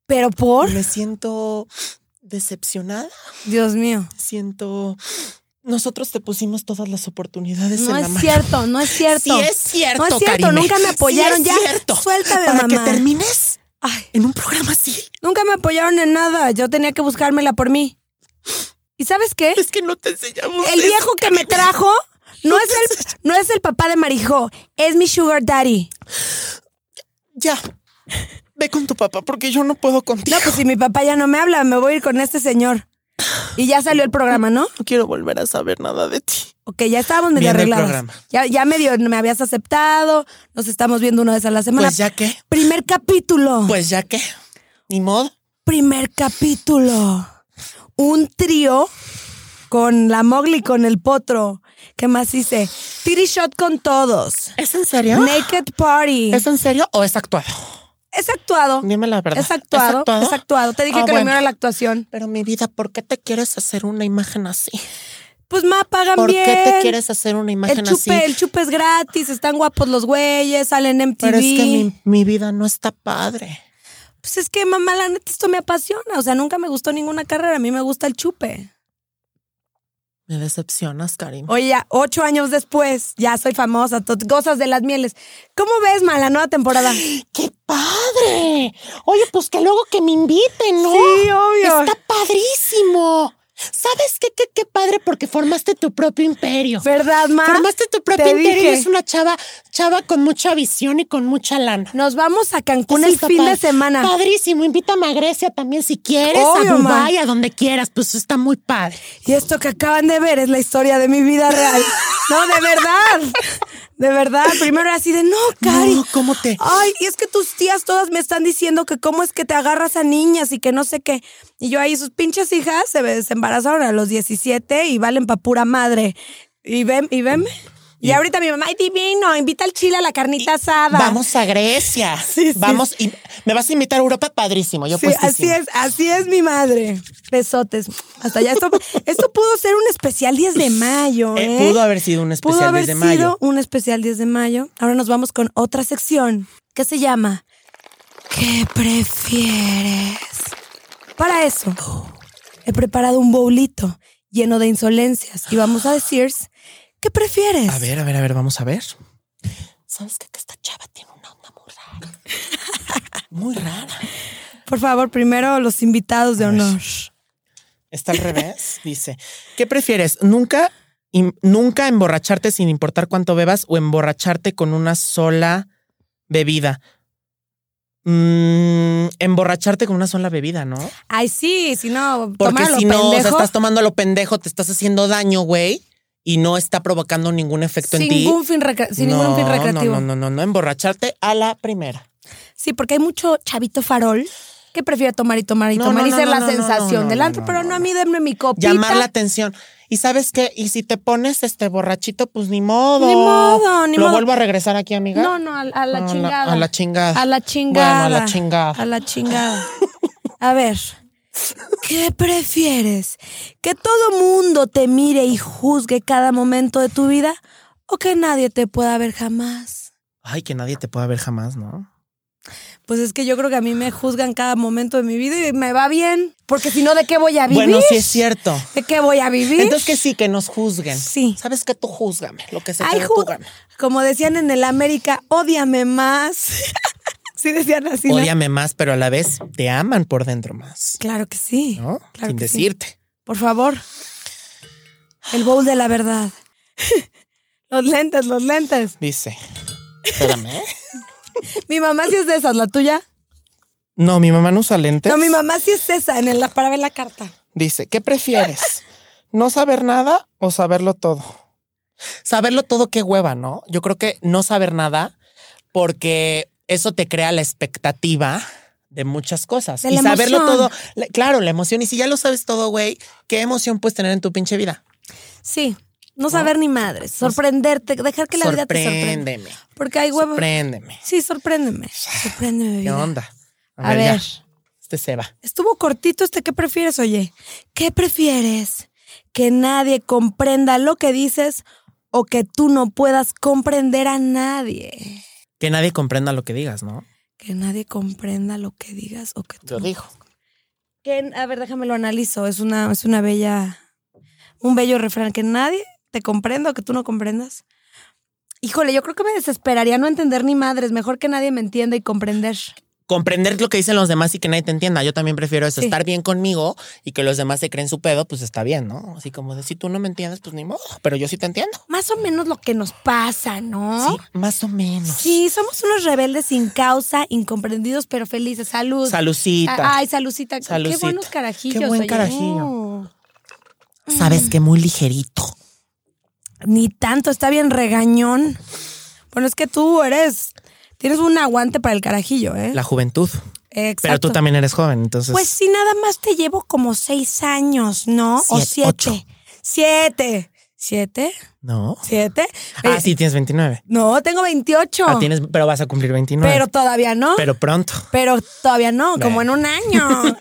Speaker 1: pero por.
Speaker 2: Me siento decepcionada.
Speaker 1: Dios mío.
Speaker 2: Siento. Nosotros te pusimos todas las oportunidades en
Speaker 1: No
Speaker 2: la
Speaker 1: es
Speaker 2: mano.
Speaker 1: cierto, no es cierto.
Speaker 2: Sí es cierto,
Speaker 1: No es cierto,
Speaker 2: Karime.
Speaker 1: nunca me apoyaron.
Speaker 2: Sí es
Speaker 1: ya,
Speaker 2: cierto.
Speaker 1: suéltame, mamá.
Speaker 2: Para que termines
Speaker 1: Ay,
Speaker 2: en un programa así.
Speaker 1: nunca me apoyaron en nada. Yo tenía que buscármela por mí. ¿Y sabes qué?
Speaker 2: Es que no te enseñamos.
Speaker 1: El
Speaker 2: eso,
Speaker 1: viejo que me
Speaker 2: Karime.
Speaker 1: trajo no es el, no es el papá de Marijó, es mi sugar daddy.
Speaker 2: Ya. Ve con tu papá, porque yo no puedo contigo.
Speaker 1: No, pues si mi papá ya no me habla, me voy a ir con este señor. Y ya salió el programa, ¿no?
Speaker 2: No quiero volver a saber nada de ti.
Speaker 1: Ok, ya estábamos medio
Speaker 2: Viendo el
Speaker 1: arreglados.
Speaker 2: programa.
Speaker 1: Ya, ya medio me habías aceptado, nos estamos viendo una vez a la semana.
Speaker 2: Pues ya qué.
Speaker 1: Primer capítulo.
Speaker 2: Pues ya qué. Ni modo.
Speaker 1: Primer capítulo. Un trío con la Mogli, con el potro. ¿Qué más hice? Titty shot con todos.
Speaker 2: ¿Es en serio?
Speaker 1: Naked party.
Speaker 2: ¿Es en serio o es actuado?
Speaker 1: Es actuado.
Speaker 2: Dime la verdad.
Speaker 1: Es actuado, es actuado. Te dije
Speaker 2: Ah,
Speaker 1: que
Speaker 2: bueno.
Speaker 1: no era la actuación.
Speaker 2: Pero mi vida, ¿por qué te quieres hacer una imagen así?
Speaker 1: Pues ma, pagan
Speaker 2: ¿Por
Speaker 1: bien.
Speaker 2: qué te quieres hacer una
Speaker 1: el
Speaker 2: imagen
Speaker 1: chupe,
Speaker 2: así?
Speaker 1: el chupe es gratis, están guapos los güeyes, salen en MTV.
Speaker 2: Pero es que mi, mi vida no está padre.
Speaker 1: Pues es que, mamá, la neta, esto me apasiona. O sea, nunca me gustó ninguna carrera, a mí me gusta el chupe.
Speaker 2: Me decepcionas, Karim.
Speaker 1: Oye, ya, ocho años después, ya soy famosa, tot- gozas de las mieles. ¿Cómo ves, ma, la nueva temporada? Sí,
Speaker 2: ¡Qué padre! Oye, pues que luego que me inviten, ¿no?
Speaker 1: obvio.
Speaker 2: Está padrísimo. ¿Sabes qué, qué? Qué padre porque formaste tu propio imperio.
Speaker 1: ¿Verdad, ma?
Speaker 2: Formaste tu propio
Speaker 1: Te
Speaker 2: imperio y
Speaker 1: dije.
Speaker 2: eres una chava, chava con mucha visión y con mucha lana.
Speaker 1: Nos vamos a Cancún
Speaker 2: Eso
Speaker 1: el
Speaker 2: está
Speaker 1: fin
Speaker 2: padre.
Speaker 1: de semana.
Speaker 2: Padrísimo. Invítame a Grecia también si quieres,
Speaker 1: Obvio,
Speaker 2: a Dubái,
Speaker 1: ma.
Speaker 2: a donde quieras. Pues está muy padre.
Speaker 1: Y esto que acaban de ver es la historia de mi vida real. No, de verdad. De verdad. Primero era así de, no, Cari.
Speaker 2: No, ¿cómo te-
Speaker 1: Ay, y es que tus tías todas me están diciendo que cómo es que te agarras a niñas y que no sé qué. Y yo ahí, sus pinches hijas se, ve- se embarazaron a los 17 y valen pa' pura madre. Y ven, y venme. Y ahorita mi mamá, ay, divino, invita al chile a la carnita asada.
Speaker 2: Vamos a Grecia.
Speaker 1: ah, Sí, sí.
Speaker 2: Vamos y me vas a invitar a Europa padrísimo. Yo
Speaker 1: Sí,
Speaker 2: pues
Speaker 1: así es, así es mi madre. Besotes. Hasta allá. Esto, esto pudo ser un especial 10 de mayo.
Speaker 2: Eh,
Speaker 1: ¿eh?
Speaker 2: pudo haber sido un especial
Speaker 1: Pudo haber
Speaker 2: 10 de
Speaker 1: sido
Speaker 2: mayo.
Speaker 1: un especial 10 de mayo. Ahora nos vamos con otra sección que se llama ¿Qué prefieres? Para eso he preparado un boulito lleno de insolencias y vamos a decir ¿Qué prefieres?
Speaker 2: A ver, a ver, a ver, vamos a ver. ¿Sabes qué? Que esta chava tiene una onda muy rara. Muy rara.
Speaker 1: Por favor, primero los invitados de
Speaker 2: A ver.
Speaker 1: honor.
Speaker 2: Está al revés. Dice, ¿qué prefieres? ¿Nunca, im- nunca emborracharte sin importar cuánto bebas o emborracharte con una sola bebida? Mm, emborracharte con una sola bebida, ¿no?
Speaker 1: Ay, sí, si no,
Speaker 2: Porque
Speaker 1: tomarlo
Speaker 2: si no, o sea,
Speaker 1: pendejo.
Speaker 2: estás tomando lo pendejo, te estás haciendo daño, güey, y no está provocando ningún efecto
Speaker 1: sin
Speaker 2: en ti.
Speaker 1: ningún fin, recre- sin ningún fin
Speaker 2: No,
Speaker 1: recreativo.
Speaker 2: No, no, no, no, no, emborracharte a la primera.
Speaker 1: Sí, porque hay mucho chavito farol que prefiere tomar y tomar y
Speaker 2: No,
Speaker 1: tomar
Speaker 2: no,
Speaker 1: y
Speaker 2: no,
Speaker 1: ser
Speaker 2: no,
Speaker 1: la
Speaker 2: no, no,
Speaker 1: sensación
Speaker 2: no,
Speaker 1: del
Speaker 2: no,
Speaker 1: antro,
Speaker 2: no,
Speaker 1: pero
Speaker 2: no,
Speaker 1: no a mí denme mi copita.
Speaker 2: Llamar la atención. Y sabes qué, y si te pones este borrachito, pues ni modo.
Speaker 1: Ni modo, ni
Speaker 2: Lo
Speaker 1: modo.
Speaker 2: vuelvo a regresar aquí, amiga.
Speaker 1: No, no, a, a la
Speaker 2: A la-
Speaker 1: chingada.
Speaker 2: a la chingada.
Speaker 1: A la
Speaker 2: Bueno,
Speaker 1: chingada.
Speaker 2: a la chingada.
Speaker 1: A la chingada. A ver. ¿Qué prefieres? ¿Que todo mundo te mire y juzgue cada momento de tu vida o que nadie te pueda ver jamás?
Speaker 2: Ay, que nadie te pueda ver jamás, ¿no?
Speaker 1: Pues es que yo creo que a mí me juzgan cada momento de mi vida y me va bien, porque si no, ¿de qué voy a vivir?
Speaker 2: Bueno, sí es cierto.
Speaker 1: ¿De qué voy a vivir?
Speaker 2: Entonces que sí, que nos juzguen.
Speaker 1: Sí.
Speaker 2: ¿Sabes que Tú júzgame, lo que se
Speaker 1: Ay,
Speaker 2: te dé
Speaker 1: ju-
Speaker 2: tu gana.
Speaker 1: como decían en el América, ódiame más. sí decían así, ¿no?
Speaker 2: Ódiame más, pero a la vez te aman por dentro más,
Speaker 1: Claro que sí.
Speaker 2: ¿no?
Speaker 1: Claro
Speaker 2: Sin
Speaker 1: que sí.
Speaker 2: decirte.
Speaker 1: Por favor. El bowl de la verdad. los lentes, los lentes.
Speaker 2: Dice. Espérame. ¿eh?
Speaker 1: Mi mamá sí es de esas, la tuya.
Speaker 2: No, mi mamá no usa lentes.
Speaker 1: No, mi mamá sí es esa, en el, para ver la carta.
Speaker 2: Dice, ¿qué prefieres? ¿No saber nada o saberlo todo? Saberlo todo, qué hueva, ¿no? Yo creo que no saber nada, porque eso te crea la expectativa de muchas cosas.
Speaker 1: De
Speaker 2: y
Speaker 1: la
Speaker 2: saberlo
Speaker 1: emoción.
Speaker 2: todo, la- claro, la emoción. Y si ya lo sabes todo, güey, ¿qué emoción puedes tener en tu pinche vida?
Speaker 1: Sí. No saber ni madres, sorprenderte, dejar que la vida te sorprenda.
Speaker 2: Sorpréndeme.
Speaker 1: Porque hay huevo.
Speaker 2: Sorpréndeme.
Speaker 1: Sí, sorpréndeme. Sorpréndeme,
Speaker 2: ¿Qué
Speaker 1: vida.
Speaker 2: onda?
Speaker 1: A
Speaker 2: ya.
Speaker 1: ver.
Speaker 2: Este se va.
Speaker 1: Estuvo cortito este ¿qué prefieres, oye? ¿Qué prefieres? ¿Que nadie comprenda lo que dices o que tú no puedas comprender a nadie?
Speaker 2: Que nadie comprenda lo que digas, ¿no?
Speaker 1: Que nadie comprenda lo que digas o que tú...
Speaker 2: Yo digo.
Speaker 1: Que- a ver, déjame lo analizo. Es una, es una bella... Un bello refrán. Que nadie te comprenda o que tú no comprendas. Híjole, yo creo que me desesperaría no entender ni madres. Mejor que nadie me entienda y comprender.
Speaker 2: comprender lo que dicen los demás y que nadie te entienda. Yo también prefiero eso,
Speaker 1: Sí.
Speaker 2: estar bien conmigo y que los demás se creen su pedo, pues está bien, ¿no? Así como de si tú no me entiendes, pues ni modo, pero yo sí te entiendo.
Speaker 1: Más o menos lo que nos pasa, ¿no?
Speaker 2: Sí, más o menos.
Speaker 1: Sí, somos unos rebeldes sin causa, incomprendidos, pero felices. Salud.
Speaker 2: Salucita.
Speaker 1: Ah, Ay, salucita.
Speaker 2: Salucita.
Speaker 1: Qué buenos carajillos.
Speaker 2: Qué buen
Speaker 1: oye.
Speaker 2: carajillo.
Speaker 1: No. mm.
Speaker 2: Sabes que muy ligerito.
Speaker 1: Ni tanto, está bien regañón. Bueno, es que tú eres. Tienes un aguante para el carajillo, ¿eh?
Speaker 2: La juventud.
Speaker 1: Exacto.
Speaker 2: Pero tú también eres joven, entonces.
Speaker 1: Pues sí, nada más te llevo como seis años, ¿no? o
Speaker 2: Siete,
Speaker 1: siete.
Speaker 2: ocho.
Speaker 1: Siete. ¿Siete?
Speaker 2: no.
Speaker 1: ¿Siete?
Speaker 2: Ah,
Speaker 1: Eh,
Speaker 2: sí, tienes 29.
Speaker 1: No, tengo 28.
Speaker 2: Ah, tienes, pero vas a cumplir 29.
Speaker 1: pero todavía no.
Speaker 2: Pero pronto.
Speaker 1: Pero todavía no,
Speaker 2: Bueno.
Speaker 1: como en un año.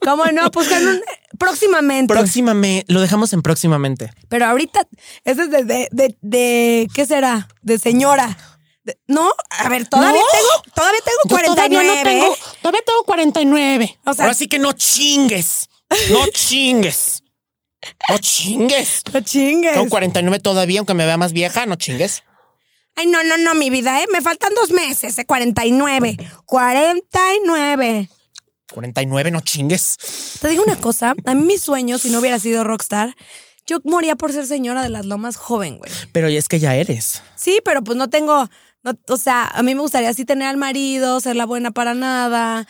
Speaker 1: ¿Cómo no? Pues en un, próximamente.
Speaker 2: Próximamente, lo dejamos en próximamente.
Speaker 1: Pero ahorita, eso es de, de, de, de- ¿qué será? De señora. De- no, a ver, todavía
Speaker 2: No.
Speaker 1: tengo, todavía tengo
Speaker 2: Yo
Speaker 1: 49.
Speaker 2: Todavía, no
Speaker 1: ¿eh?
Speaker 2: tengo, todavía tengo 49.
Speaker 1: O sea-
Speaker 2: Ahora sí que no chingues. No chingues. No chingues.
Speaker 1: No chingues.
Speaker 2: Tengo 49 todavía, aunque me vea más vieja, no chingues.
Speaker 1: Ay, no, no, no, mi vida, ¿eh? Me faltan dos meses, eh, 49. 49.
Speaker 2: 49, no chingues.
Speaker 1: Te digo una cosa, a mí mi sueño, si no hubiera sido rockstar, yo moría por ser señora de las lomas joven, güey.
Speaker 2: Pero ya es que ya eres.
Speaker 1: Sí, pero pues no tengo, no- o sea, a mí me gustaría así tener al marido, ser la buena para nada,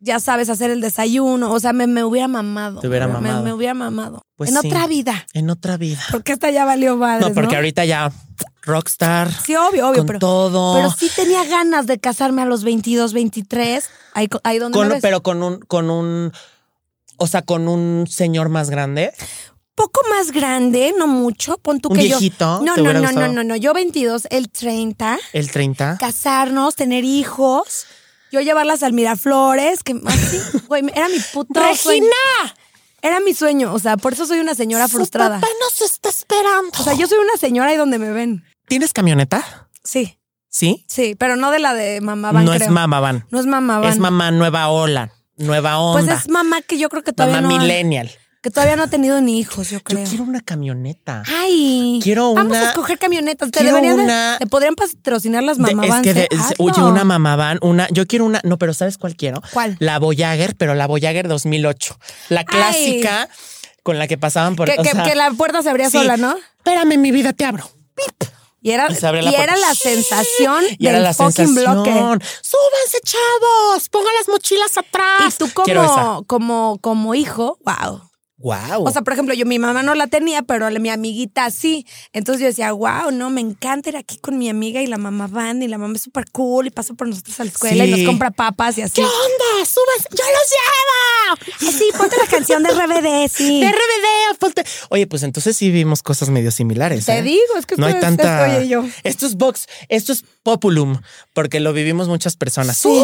Speaker 1: ya sabes, hacer el desayuno, o sea, me, me hubiera mamado.
Speaker 2: Te hubiera
Speaker 1: me,
Speaker 2: mamado.
Speaker 1: Me hubiera mamado.
Speaker 2: Pues
Speaker 1: en
Speaker 2: sí.
Speaker 1: otra vida,
Speaker 2: En otra vida.
Speaker 1: porque esta ya valió madres,
Speaker 2: No,
Speaker 1: ¿no?
Speaker 2: porque ahorita ya rockstar
Speaker 1: Sí, obvio, obvio,
Speaker 2: con
Speaker 1: pero...
Speaker 2: todo.
Speaker 1: Pero sí tenía ganas de casarme a los 22, 23, ahí, co- ahí donde
Speaker 2: Con-
Speaker 1: me ves.
Speaker 2: pero con un, con un, o sea, con un señor más grande.
Speaker 1: poco más grande, no mucho, pon tú
Speaker 2: Un
Speaker 1: que
Speaker 2: viejito,
Speaker 1: yo. No,
Speaker 2: ¿te
Speaker 1: no,
Speaker 2: hubiera
Speaker 1: no, no,
Speaker 2: gustado?
Speaker 1: no, no, yo 22, él 30,
Speaker 2: El 30.
Speaker 1: casarnos, tener hijos, yo llevarlas al Miraflores, que así, güey, era mi puto sueño. Era mi sueño, o sea, por eso soy una señora frustrada.
Speaker 2: Su papá nos está esperando.
Speaker 1: O sea, yo soy una señora ahí donde me ven.
Speaker 2: ¿Tienes camioneta?
Speaker 1: Sí,
Speaker 2: Sí.
Speaker 1: sí, pero no de la de mamá van,
Speaker 2: no
Speaker 1: creo.
Speaker 2: es mamá van.
Speaker 1: no es mamá van.
Speaker 2: Es mamá nueva ola, nueva
Speaker 1: pues
Speaker 2: onda.
Speaker 1: es mamá que yo creo que todavía
Speaker 2: mamá
Speaker 1: no ha-
Speaker 2: millennial.
Speaker 1: que todavía no ha tenido ni hijos, yo creo. Ah,
Speaker 2: Yo quiero una camioneta.
Speaker 1: Ay,
Speaker 2: Quiero
Speaker 1: vamos a
Speaker 2: una-
Speaker 1: escoger camionetas. Te
Speaker 2: quiero
Speaker 1: deberían de-
Speaker 2: una-
Speaker 1: te podrían patrocinar las
Speaker 2: De- es
Speaker 1: mamavans.
Speaker 2: que, de-
Speaker 1: ¿eh?
Speaker 2: es-
Speaker 1: Hazlo.
Speaker 2: oye, una mamá van, una, yo quiero una, no, pero ¿sabes cuál quiero?
Speaker 1: ¿Cuál?
Speaker 2: La Voyager, pero la Voyager 2008. La clásica con la que pasaban por
Speaker 1: que,
Speaker 2: o
Speaker 1: que-
Speaker 2: sea,
Speaker 1: que la puerta se abría
Speaker 2: sí.
Speaker 1: sola, ¿no?
Speaker 2: Espérame, mi vida, te abro.
Speaker 1: Y era,
Speaker 2: Y se abría
Speaker 1: y
Speaker 2: la puerta.
Speaker 1: era la sensación
Speaker 2: Y
Speaker 1: del
Speaker 2: era la
Speaker 1: fucking
Speaker 2: sensación.
Speaker 1: bloque.
Speaker 2: Súbanse, chavos. Pongan las mochilas
Speaker 1: Y
Speaker 2: atrás.
Speaker 1: tú
Speaker 2: Quiero esa.
Speaker 1: como, como, como hijo, wow.
Speaker 2: Wow.
Speaker 1: O sea, por ejemplo, yo mi mamá no la tenía, pero a mi amiguita sí. Entonces yo decía, wow, no, me encanta ir aquí con mi amiga y la mamá van y la mamá es súper cool y pasa por nosotros a la escuela y
Speaker 2: Sí.
Speaker 1: nos compra papas y así.
Speaker 2: onda? Súbanse. Yo los llevo.
Speaker 1: Ay, sí, ponte la canción de RBD, sí.
Speaker 2: RBD, ponte. Oye, pues entonces sí vimos cosas medio similares.
Speaker 1: Te
Speaker 2: ¿eh?
Speaker 1: digo, es que
Speaker 2: no hay
Speaker 1: ustedes-
Speaker 2: tanta.
Speaker 1: esto, oye, yo.
Speaker 2: Esto es Vox, esto es Populum, porque lo vivimos muchas personas.
Speaker 1: Sí.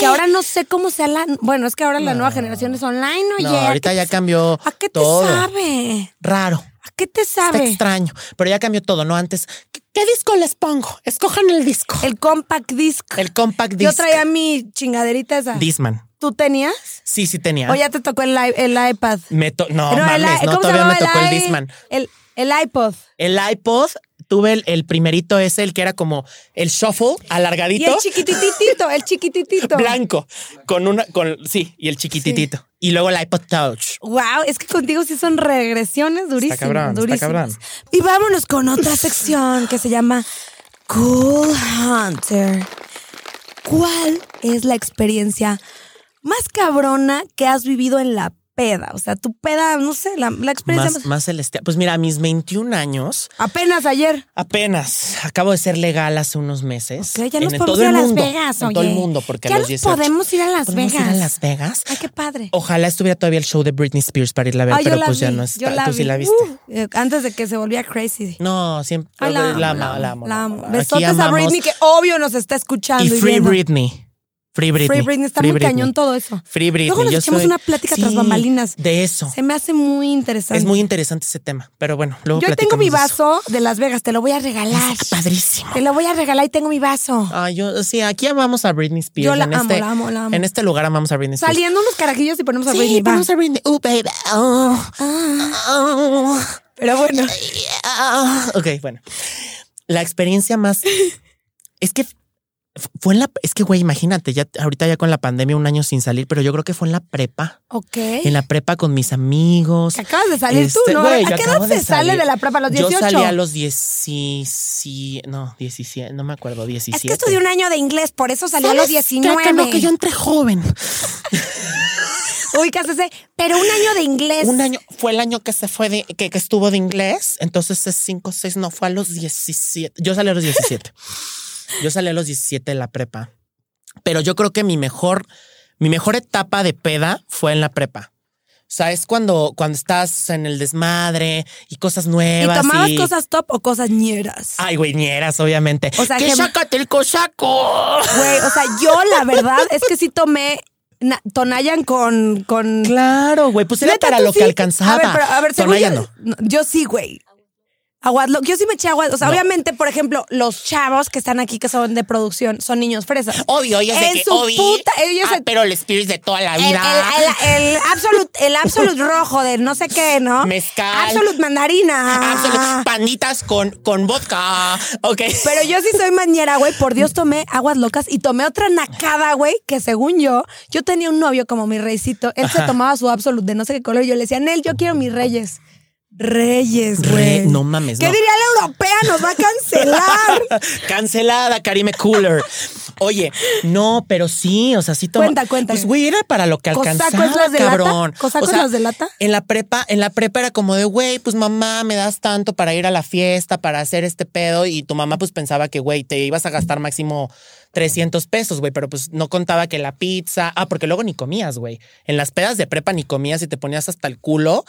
Speaker 1: Que ahora no sé cómo sea la. Bueno, es que ahora la nueva generación es online, oye.
Speaker 2: No,
Speaker 1: ¿a
Speaker 2: ahorita
Speaker 1: qué-
Speaker 2: ya cambió
Speaker 1: ¿A qué te
Speaker 2: todo.
Speaker 1: sabe?
Speaker 2: Raro.
Speaker 1: ¿A qué te
Speaker 2: Está
Speaker 1: sabe?
Speaker 2: extraño, pero ya cambió todo, ¿no? Antes, ¿qué, qué disco les pongo? Escojan el disco.
Speaker 1: El compact disc.
Speaker 2: El compact disc.
Speaker 1: Yo traía mi chingaderita esa.
Speaker 2: Disman.
Speaker 1: ¿Tú tenías?
Speaker 2: Sí, sí tenía.
Speaker 1: ¿O ya te tocó el, i- el iPad?
Speaker 2: Me to- no,
Speaker 1: No, el
Speaker 2: mames,
Speaker 1: i-
Speaker 2: no,
Speaker 1: ¿cómo se
Speaker 2: todavía me
Speaker 1: llamaba
Speaker 2: tocó el
Speaker 1: i-
Speaker 2: Disman.
Speaker 1: El, el iPod.
Speaker 2: El iPod, tuve el, el primerito ese, el que era como el shuffle
Speaker 1: Y
Speaker 2: alargadito.
Speaker 1: el chiquititito, el chiquititito.
Speaker 2: blanco con una con sí y el chiquititito y luego el iPod Touch
Speaker 1: Wow, es que contigo sí son regresiones durísimas.
Speaker 2: cabrón, está
Speaker 1: durísimas.
Speaker 2: cabrón.
Speaker 1: Y vámonos con otra sección que se llama Cool Hunter. ¿Cuál es la experiencia más cabrona que has vivido en la peda? O sea, tu peda, no sé, la, la experiencia
Speaker 2: más
Speaker 1: más,
Speaker 2: más celestial pues mira a mis 21 años
Speaker 1: Apenas ayer.
Speaker 2: apenas acabo de ser legal hace unos meses
Speaker 1: Ok, ya
Speaker 2: en-
Speaker 1: nos
Speaker 2: en
Speaker 1: podemos
Speaker 2: todo
Speaker 1: ir a
Speaker 2: el
Speaker 1: Las
Speaker 2: mundo,
Speaker 1: Vegas,
Speaker 2: en
Speaker 1: oye.
Speaker 2: todo el mundo porque
Speaker 1: ya
Speaker 2: a los
Speaker 1: nos
Speaker 2: 18
Speaker 1: podemos ir a Las
Speaker 2: ¿podemos ir
Speaker 1: Vegas.
Speaker 2: a Las Vegas
Speaker 1: Ay, qué padre.
Speaker 2: Ojalá estuviera todavía el show de Britney Spears para irla a ver,
Speaker 1: Ay,
Speaker 2: pero
Speaker 1: yo la
Speaker 2: pues ya
Speaker 1: vi,
Speaker 2: no
Speaker 1: yo
Speaker 2: está.
Speaker 1: la
Speaker 2: Tú sí
Speaker 1: vi.
Speaker 2: la viste.
Speaker 1: Uh, eh, antes de que se volvía crazy.
Speaker 2: No, siempre
Speaker 1: Ay, la, amo,
Speaker 2: la,
Speaker 1: la
Speaker 2: amo, la amo, la amo. Aquí
Speaker 1: Besotes a
Speaker 2: amamos.
Speaker 1: Britney, que obvio nos está escuchando.
Speaker 2: Y
Speaker 1: Y,
Speaker 2: Free
Speaker 1: viendo.
Speaker 2: Britney. Free Britney.
Speaker 1: Free Britney, está
Speaker 2: Free
Speaker 1: muy
Speaker 2: Britney.
Speaker 1: cañón todo eso.
Speaker 2: Free Britney.
Speaker 1: Luego nos
Speaker 2: yo
Speaker 1: echamos
Speaker 2: soy-
Speaker 1: una plática tras
Speaker 2: Sí,
Speaker 1: bambalinas.
Speaker 2: De eso.
Speaker 1: Se me hace muy interesante.
Speaker 2: Es muy interesante ese tema, pero bueno, luego
Speaker 1: Yo tengo mi
Speaker 2: platicamos de
Speaker 1: vaso de Las Vegas, te lo voy a regalar.
Speaker 2: eso. Está padrísimo.
Speaker 1: Te lo voy a regalar y tengo mi vaso.
Speaker 2: Ay, yo sí, aquí amamos a Britney Spears.
Speaker 1: Yo la
Speaker 2: en
Speaker 1: amo,
Speaker 2: este,
Speaker 1: la amo, la amo.
Speaker 2: En este lugar amamos a Britney Spears.
Speaker 1: Saliendo unos carajillos y ponemos a
Speaker 2: Sí,
Speaker 1: Britney. va. Ah.
Speaker 2: vamos a Britney. Oh, baby. Oh, oh,
Speaker 1: Pero bueno,
Speaker 2: yeah. Ok, bueno. La experiencia más es que f- fue en la es que güey, imagínate, ya ahorita ya con la pandemia un año sin salir, pero yo creo que fue en la prepa,
Speaker 1: ok.
Speaker 2: en la prepa con mis amigos.
Speaker 1: Que Acabas de salir tú,
Speaker 2: Este,
Speaker 1: ¿no?
Speaker 2: güey,
Speaker 1: ¿A
Speaker 2: yo
Speaker 1: qué edad
Speaker 2: acabo de
Speaker 1: se sale
Speaker 2: salir.
Speaker 1: de la prepa? ¿A los
Speaker 2: Yo
Speaker 1: 18?
Speaker 2: salí a los 17, no, 17, no me acuerdo, 17.
Speaker 1: es que estudié un año de inglés, por eso salí a
Speaker 2: ¿Sabes
Speaker 1: los
Speaker 2: qué,
Speaker 1: 19.
Speaker 2: Cano? que yo entré joven.
Speaker 1: Uy, ¿qué haces, eh? Pero un año de inglés.
Speaker 2: Un año, fue el año que se fue de, que, que estuvo de inglés, entonces es 5, 6, no, fue a los 17. Yo salí a los 17. yo salí a los 17 de la prepa. Pero yo creo que mi mejor, mi mejor etapa de peda fue en la prepa. O sea, es cuando, cuando estás en el desmadre y cosas
Speaker 1: ¿Y
Speaker 2: nuevas.
Speaker 1: tomabas cosas top o cosas ñeras?
Speaker 2: Ay, güey, ñeras, obviamente.
Speaker 1: O sea,
Speaker 2: ¿Qué
Speaker 1: que-
Speaker 2: sácate el cosaco?
Speaker 1: Güey, o sea, yo la verdad es que sí tomé na- Tonayan con. con...
Speaker 2: Claro, güey, pues era
Speaker 1: Neta,
Speaker 2: para
Speaker 1: tú
Speaker 2: lo
Speaker 1: sí.
Speaker 2: que alcanzaba.
Speaker 1: A ver, pero, a ver, según
Speaker 2: Tonaya
Speaker 1: yo,
Speaker 2: no.
Speaker 1: no, yo sí, güey. Aguadlock. Yo sí me eché aguadlock. O sea, obviamente, por ejemplo, los chavos que están aquí que son de producción son niños fresas.
Speaker 2: Obvio, ellos de
Speaker 1: En
Speaker 2: que
Speaker 1: su
Speaker 2: obvio.
Speaker 1: puta- ellos
Speaker 2: ah,
Speaker 1: en-
Speaker 2: pero el Spears de toda la
Speaker 1: El, el,
Speaker 2: vida.
Speaker 1: el, el absolute, el absolute rojo de no sé qué, ¿no?
Speaker 2: Mezcal.
Speaker 1: Absolute mandarina.
Speaker 2: Absolut- Ah, Panditas con, con vodka. Ok.
Speaker 1: Pero yo sí soy mañera, güey. Por Dios, tomé aguas locas y tomé otra nacada, güey, que según yo, yo tenía un novio como mi reycito. Él se tomaba su absolute de no sé qué color y yo le decía, Nel, yo quiero mis reyes. Reyes, güey.
Speaker 2: Re- no mames,
Speaker 1: ¿Qué
Speaker 2: no.
Speaker 1: diría la europea? Nos va a cancelar.
Speaker 2: Cancelada, Karime Cooler. Oye, no, pero sí, o sea, sí toma.
Speaker 1: Cuenta, cuenta.
Speaker 2: Pues güey, era para lo que
Speaker 1: ¿Cosacos
Speaker 2: alcanzaba,
Speaker 1: las delata?
Speaker 2: cabrón.
Speaker 1: ¿Cosacos las delata?
Speaker 2: En la prepa, en la prepa era como de, güey, pues mamá, me das tanto para ir a la fiesta, para hacer este pedo y tu mamá pues pensaba que, güey, te ibas a gastar máximo 300 pesos, güey, pero pues no contaba que la pizza, ah, porque luego ni comías, güey. En las pedas de prepa ni comías y te ponías hasta el culo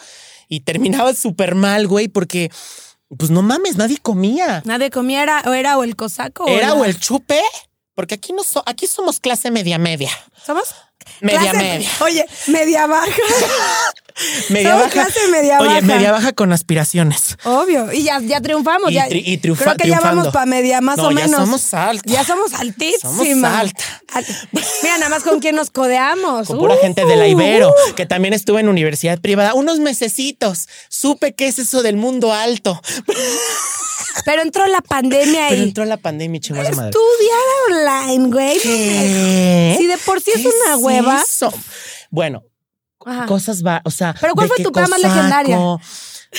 Speaker 2: y terminabas súper mal, güey, porque pues no mames, nadie comía
Speaker 1: Nadie comía, era, o era o el cosaco
Speaker 2: era
Speaker 1: la-
Speaker 2: o el chupe, porque aquí no so- aquí somos clase media media.
Speaker 1: ¿Somos?
Speaker 2: Media
Speaker 1: Clase-
Speaker 2: media.
Speaker 1: Oye, media baja.
Speaker 2: Media
Speaker 1: Somos clase media
Speaker 2: Oye,
Speaker 1: baja.
Speaker 2: media baja con aspiraciones.
Speaker 1: Obvio. Y ya, ya triunfamos.
Speaker 2: Y
Speaker 1: ya,
Speaker 2: tri- y triunfa-
Speaker 1: Creo que ya
Speaker 2: triunfando.
Speaker 1: vamos para media más
Speaker 2: No,
Speaker 1: o
Speaker 2: ya
Speaker 1: menos.
Speaker 2: somos alta.
Speaker 1: Ya somos altísimas.
Speaker 2: Somos alta.
Speaker 1: Al- Mira, nada más con quién nos codeamos.
Speaker 2: Con pura
Speaker 1: Uh,
Speaker 2: gente de la Ibero,
Speaker 1: uh.
Speaker 2: que también estuve en universidad privada unos mesecitos. Supe qué es eso del mundo alto.
Speaker 1: Pero entró la pandemia
Speaker 2: Pero
Speaker 1: y.
Speaker 2: entró la pandemia y chingó a su madre.
Speaker 1: Estudiar online, güey.
Speaker 2: ¿Qué?
Speaker 1: Si de por sí es
Speaker 2: ¿Qué
Speaker 1: una hueva.
Speaker 2: eso? Bueno,
Speaker 1: Ajá.
Speaker 2: cosas va, o sea.
Speaker 1: Pero ¿cuál
Speaker 2: de
Speaker 1: fue
Speaker 2: que
Speaker 1: tu peda más
Speaker 2: cosaco.
Speaker 1: legendaria?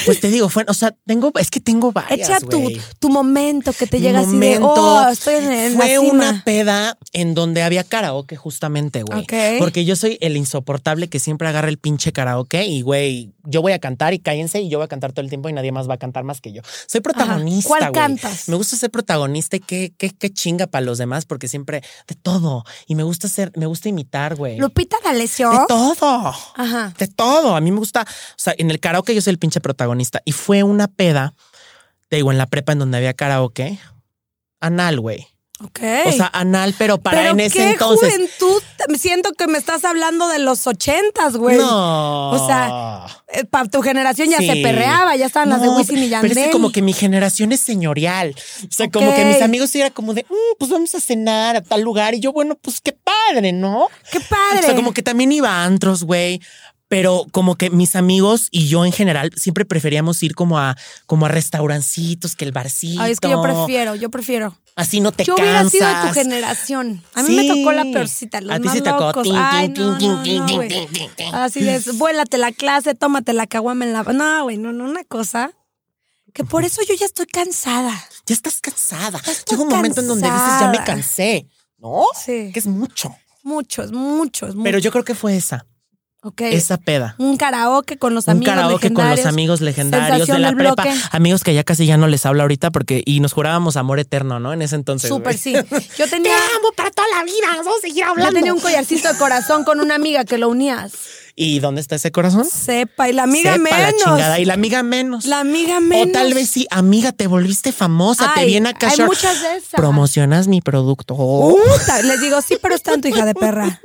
Speaker 2: Pues te digo, fue, o sea, tengo, es que tengo varias.
Speaker 1: Echa tu,
Speaker 2: güey.
Speaker 1: tu momento que te
Speaker 2: Mi
Speaker 1: llega así de.
Speaker 2: momento
Speaker 1: Oh, estoy en, en la
Speaker 2: Fue
Speaker 1: cima.
Speaker 2: una peda en donde había karaoke, justamente, güey.
Speaker 1: Ok.
Speaker 2: Porque yo soy el insoportable que siempre agarra el pinche karaoke y, güey, yo voy a cantar y cállense y yo voy a cantar todo el tiempo y nadie más va a cantar más que yo. Soy protagonista.
Speaker 1: ¿Cuál
Speaker 2: güey.
Speaker 1: cantas?
Speaker 2: Me gusta ser protagonista y qué, qué, qué chinga para los demás porque siempre de todo. Y me gusta ser, me gusta imitar, güey.
Speaker 1: Lupita D'Alessio.
Speaker 2: De todo.
Speaker 1: Ajá.
Speaker 2: De todo. A mí me gusta. O sea, en el karaoke yo soy el pinche protagonista. Y fue una peda, te digo, en la prepa en donde había karaoke. Anal, güey.
Speaker 1: Ok.
Speaker 2: O sea, anal, pero para
Speaker 1: Pero
Speaker 2: en ese
Speaker 1: qué
Speaker 2: entonces.
Speaker 1: juventud. Siento que me estás hablando de los ochentas, güey.
Speaker 2: No.
Speaker 1: O sea, para eh, tu generación ya se
Speaker 2: Sí.
Speaker 1: perreaba, ya estaban las de
Speaker 2: No,
Speaker 1: Wisin y Yandel.
Speaker 2: Pero es que como que mi generación es señorial. O sea, como que
Speaker 1: Ok.
Speaker 2: mis amigos sí era como de, "Mm, pues vamos a cenar a tal lugar. Y yo, bueno, pues qué padre, ¿no?
Speaker 1: Qué padre.
Speaker 2: O sea, como que también iba a antros, güey. Pero como que mis amigos y yo en general siempre preferíamos ir como a, como a restaurancitos que el barcito.
Speaker 1: Ay, es que yo prefiero, yo prefiero.
Speaker 2: Así no te
Speaker 1: yo hubiera
Speaker 2: cansas.
Speaker 1: sido de tu generación. A mí me
Speaker 2: Sí.
Speaker 1: tocó la peorcita, los
Speaker 2: A ti
Speaker 1: más
Speaker 2: sí te tocó.
Speaker 1: locos.
Speaker 2: Tin,
Speaker 1: Ay,
Speaker 2: tin,
Speaker 1: no,
Speaker 2: tin,
Speaker 1: no,
Speaker 2: tin,
Speaker 1: no,
Speaker 2: tin,
Speaker 1: güey. Ah,
Speaker 2: tin, tin, tin.
Speaker 1: Así de, vuélate la clase, tómate la caguama en la... No, güey, no, no, una cosa. Que por eso yo ya estoy cansada.
Speaker 2: Ya estás cansada.
Speaker 1: estoy
Speaker 2: Llega un momento en donde dices, ya me
Speaker 1: cansada.
Speaker 2: cansé. ¿No?
Speaker 1: Sí.
Speaker 2: Que es mucho.
Speaker 1: Muchos, muchos, muchos.
Speaker 2: Pero yo creo que fue esa,
Speaker 1: Ok.
Speaker 2: esa peda.
Speaker 1: Un karaoke con los
Speaker 2: Un
Speaker 1: amigos
Speaker 2: karaoke con los
Speaker 1: legendarios.
Speaker 2: amigos legendarios de
Speaker 1: Sensación
Speaker 2: la
Speaker 1: del
Speaker 2: prepa.
Speaker 1: bloque.
Speaker 2: Amigos que ya casi ya no les hablo ahorita porque y nos jurábamos amor eterno, ¿no? En ese entonces.
Speaker 1: Súper
Speaker 2: güey.
Speaker 1: sí. Yo tenía...
Speaker 2: para toda la vida. Vamos a seguir
Speaker 1: Yo tenía un collarcito de corazón con una amiga que lo unías.
Speaker 2: ¿Y dónde está ese corazón?
Speaker 1: Sepa, y la amiga
Speaker 2: Sepa
Speaker 1: menos.
Speaker 2: la chingada. Y la amiga menos.
Speaker 1: La amiga menos.
Speaker 2: O tal vez sí, amiga, te volviste famosa,
Speaker 1: Ay,
Speaker 2: te viene a
Speaker 1: hay
Speaker 2: cachar.
Speaker 1: muchas de esas. Uh.
Speaker 2: Promocionas mi producto.
Speaker 1: Puta, les digo, sí, pero es tanto, hija de perra.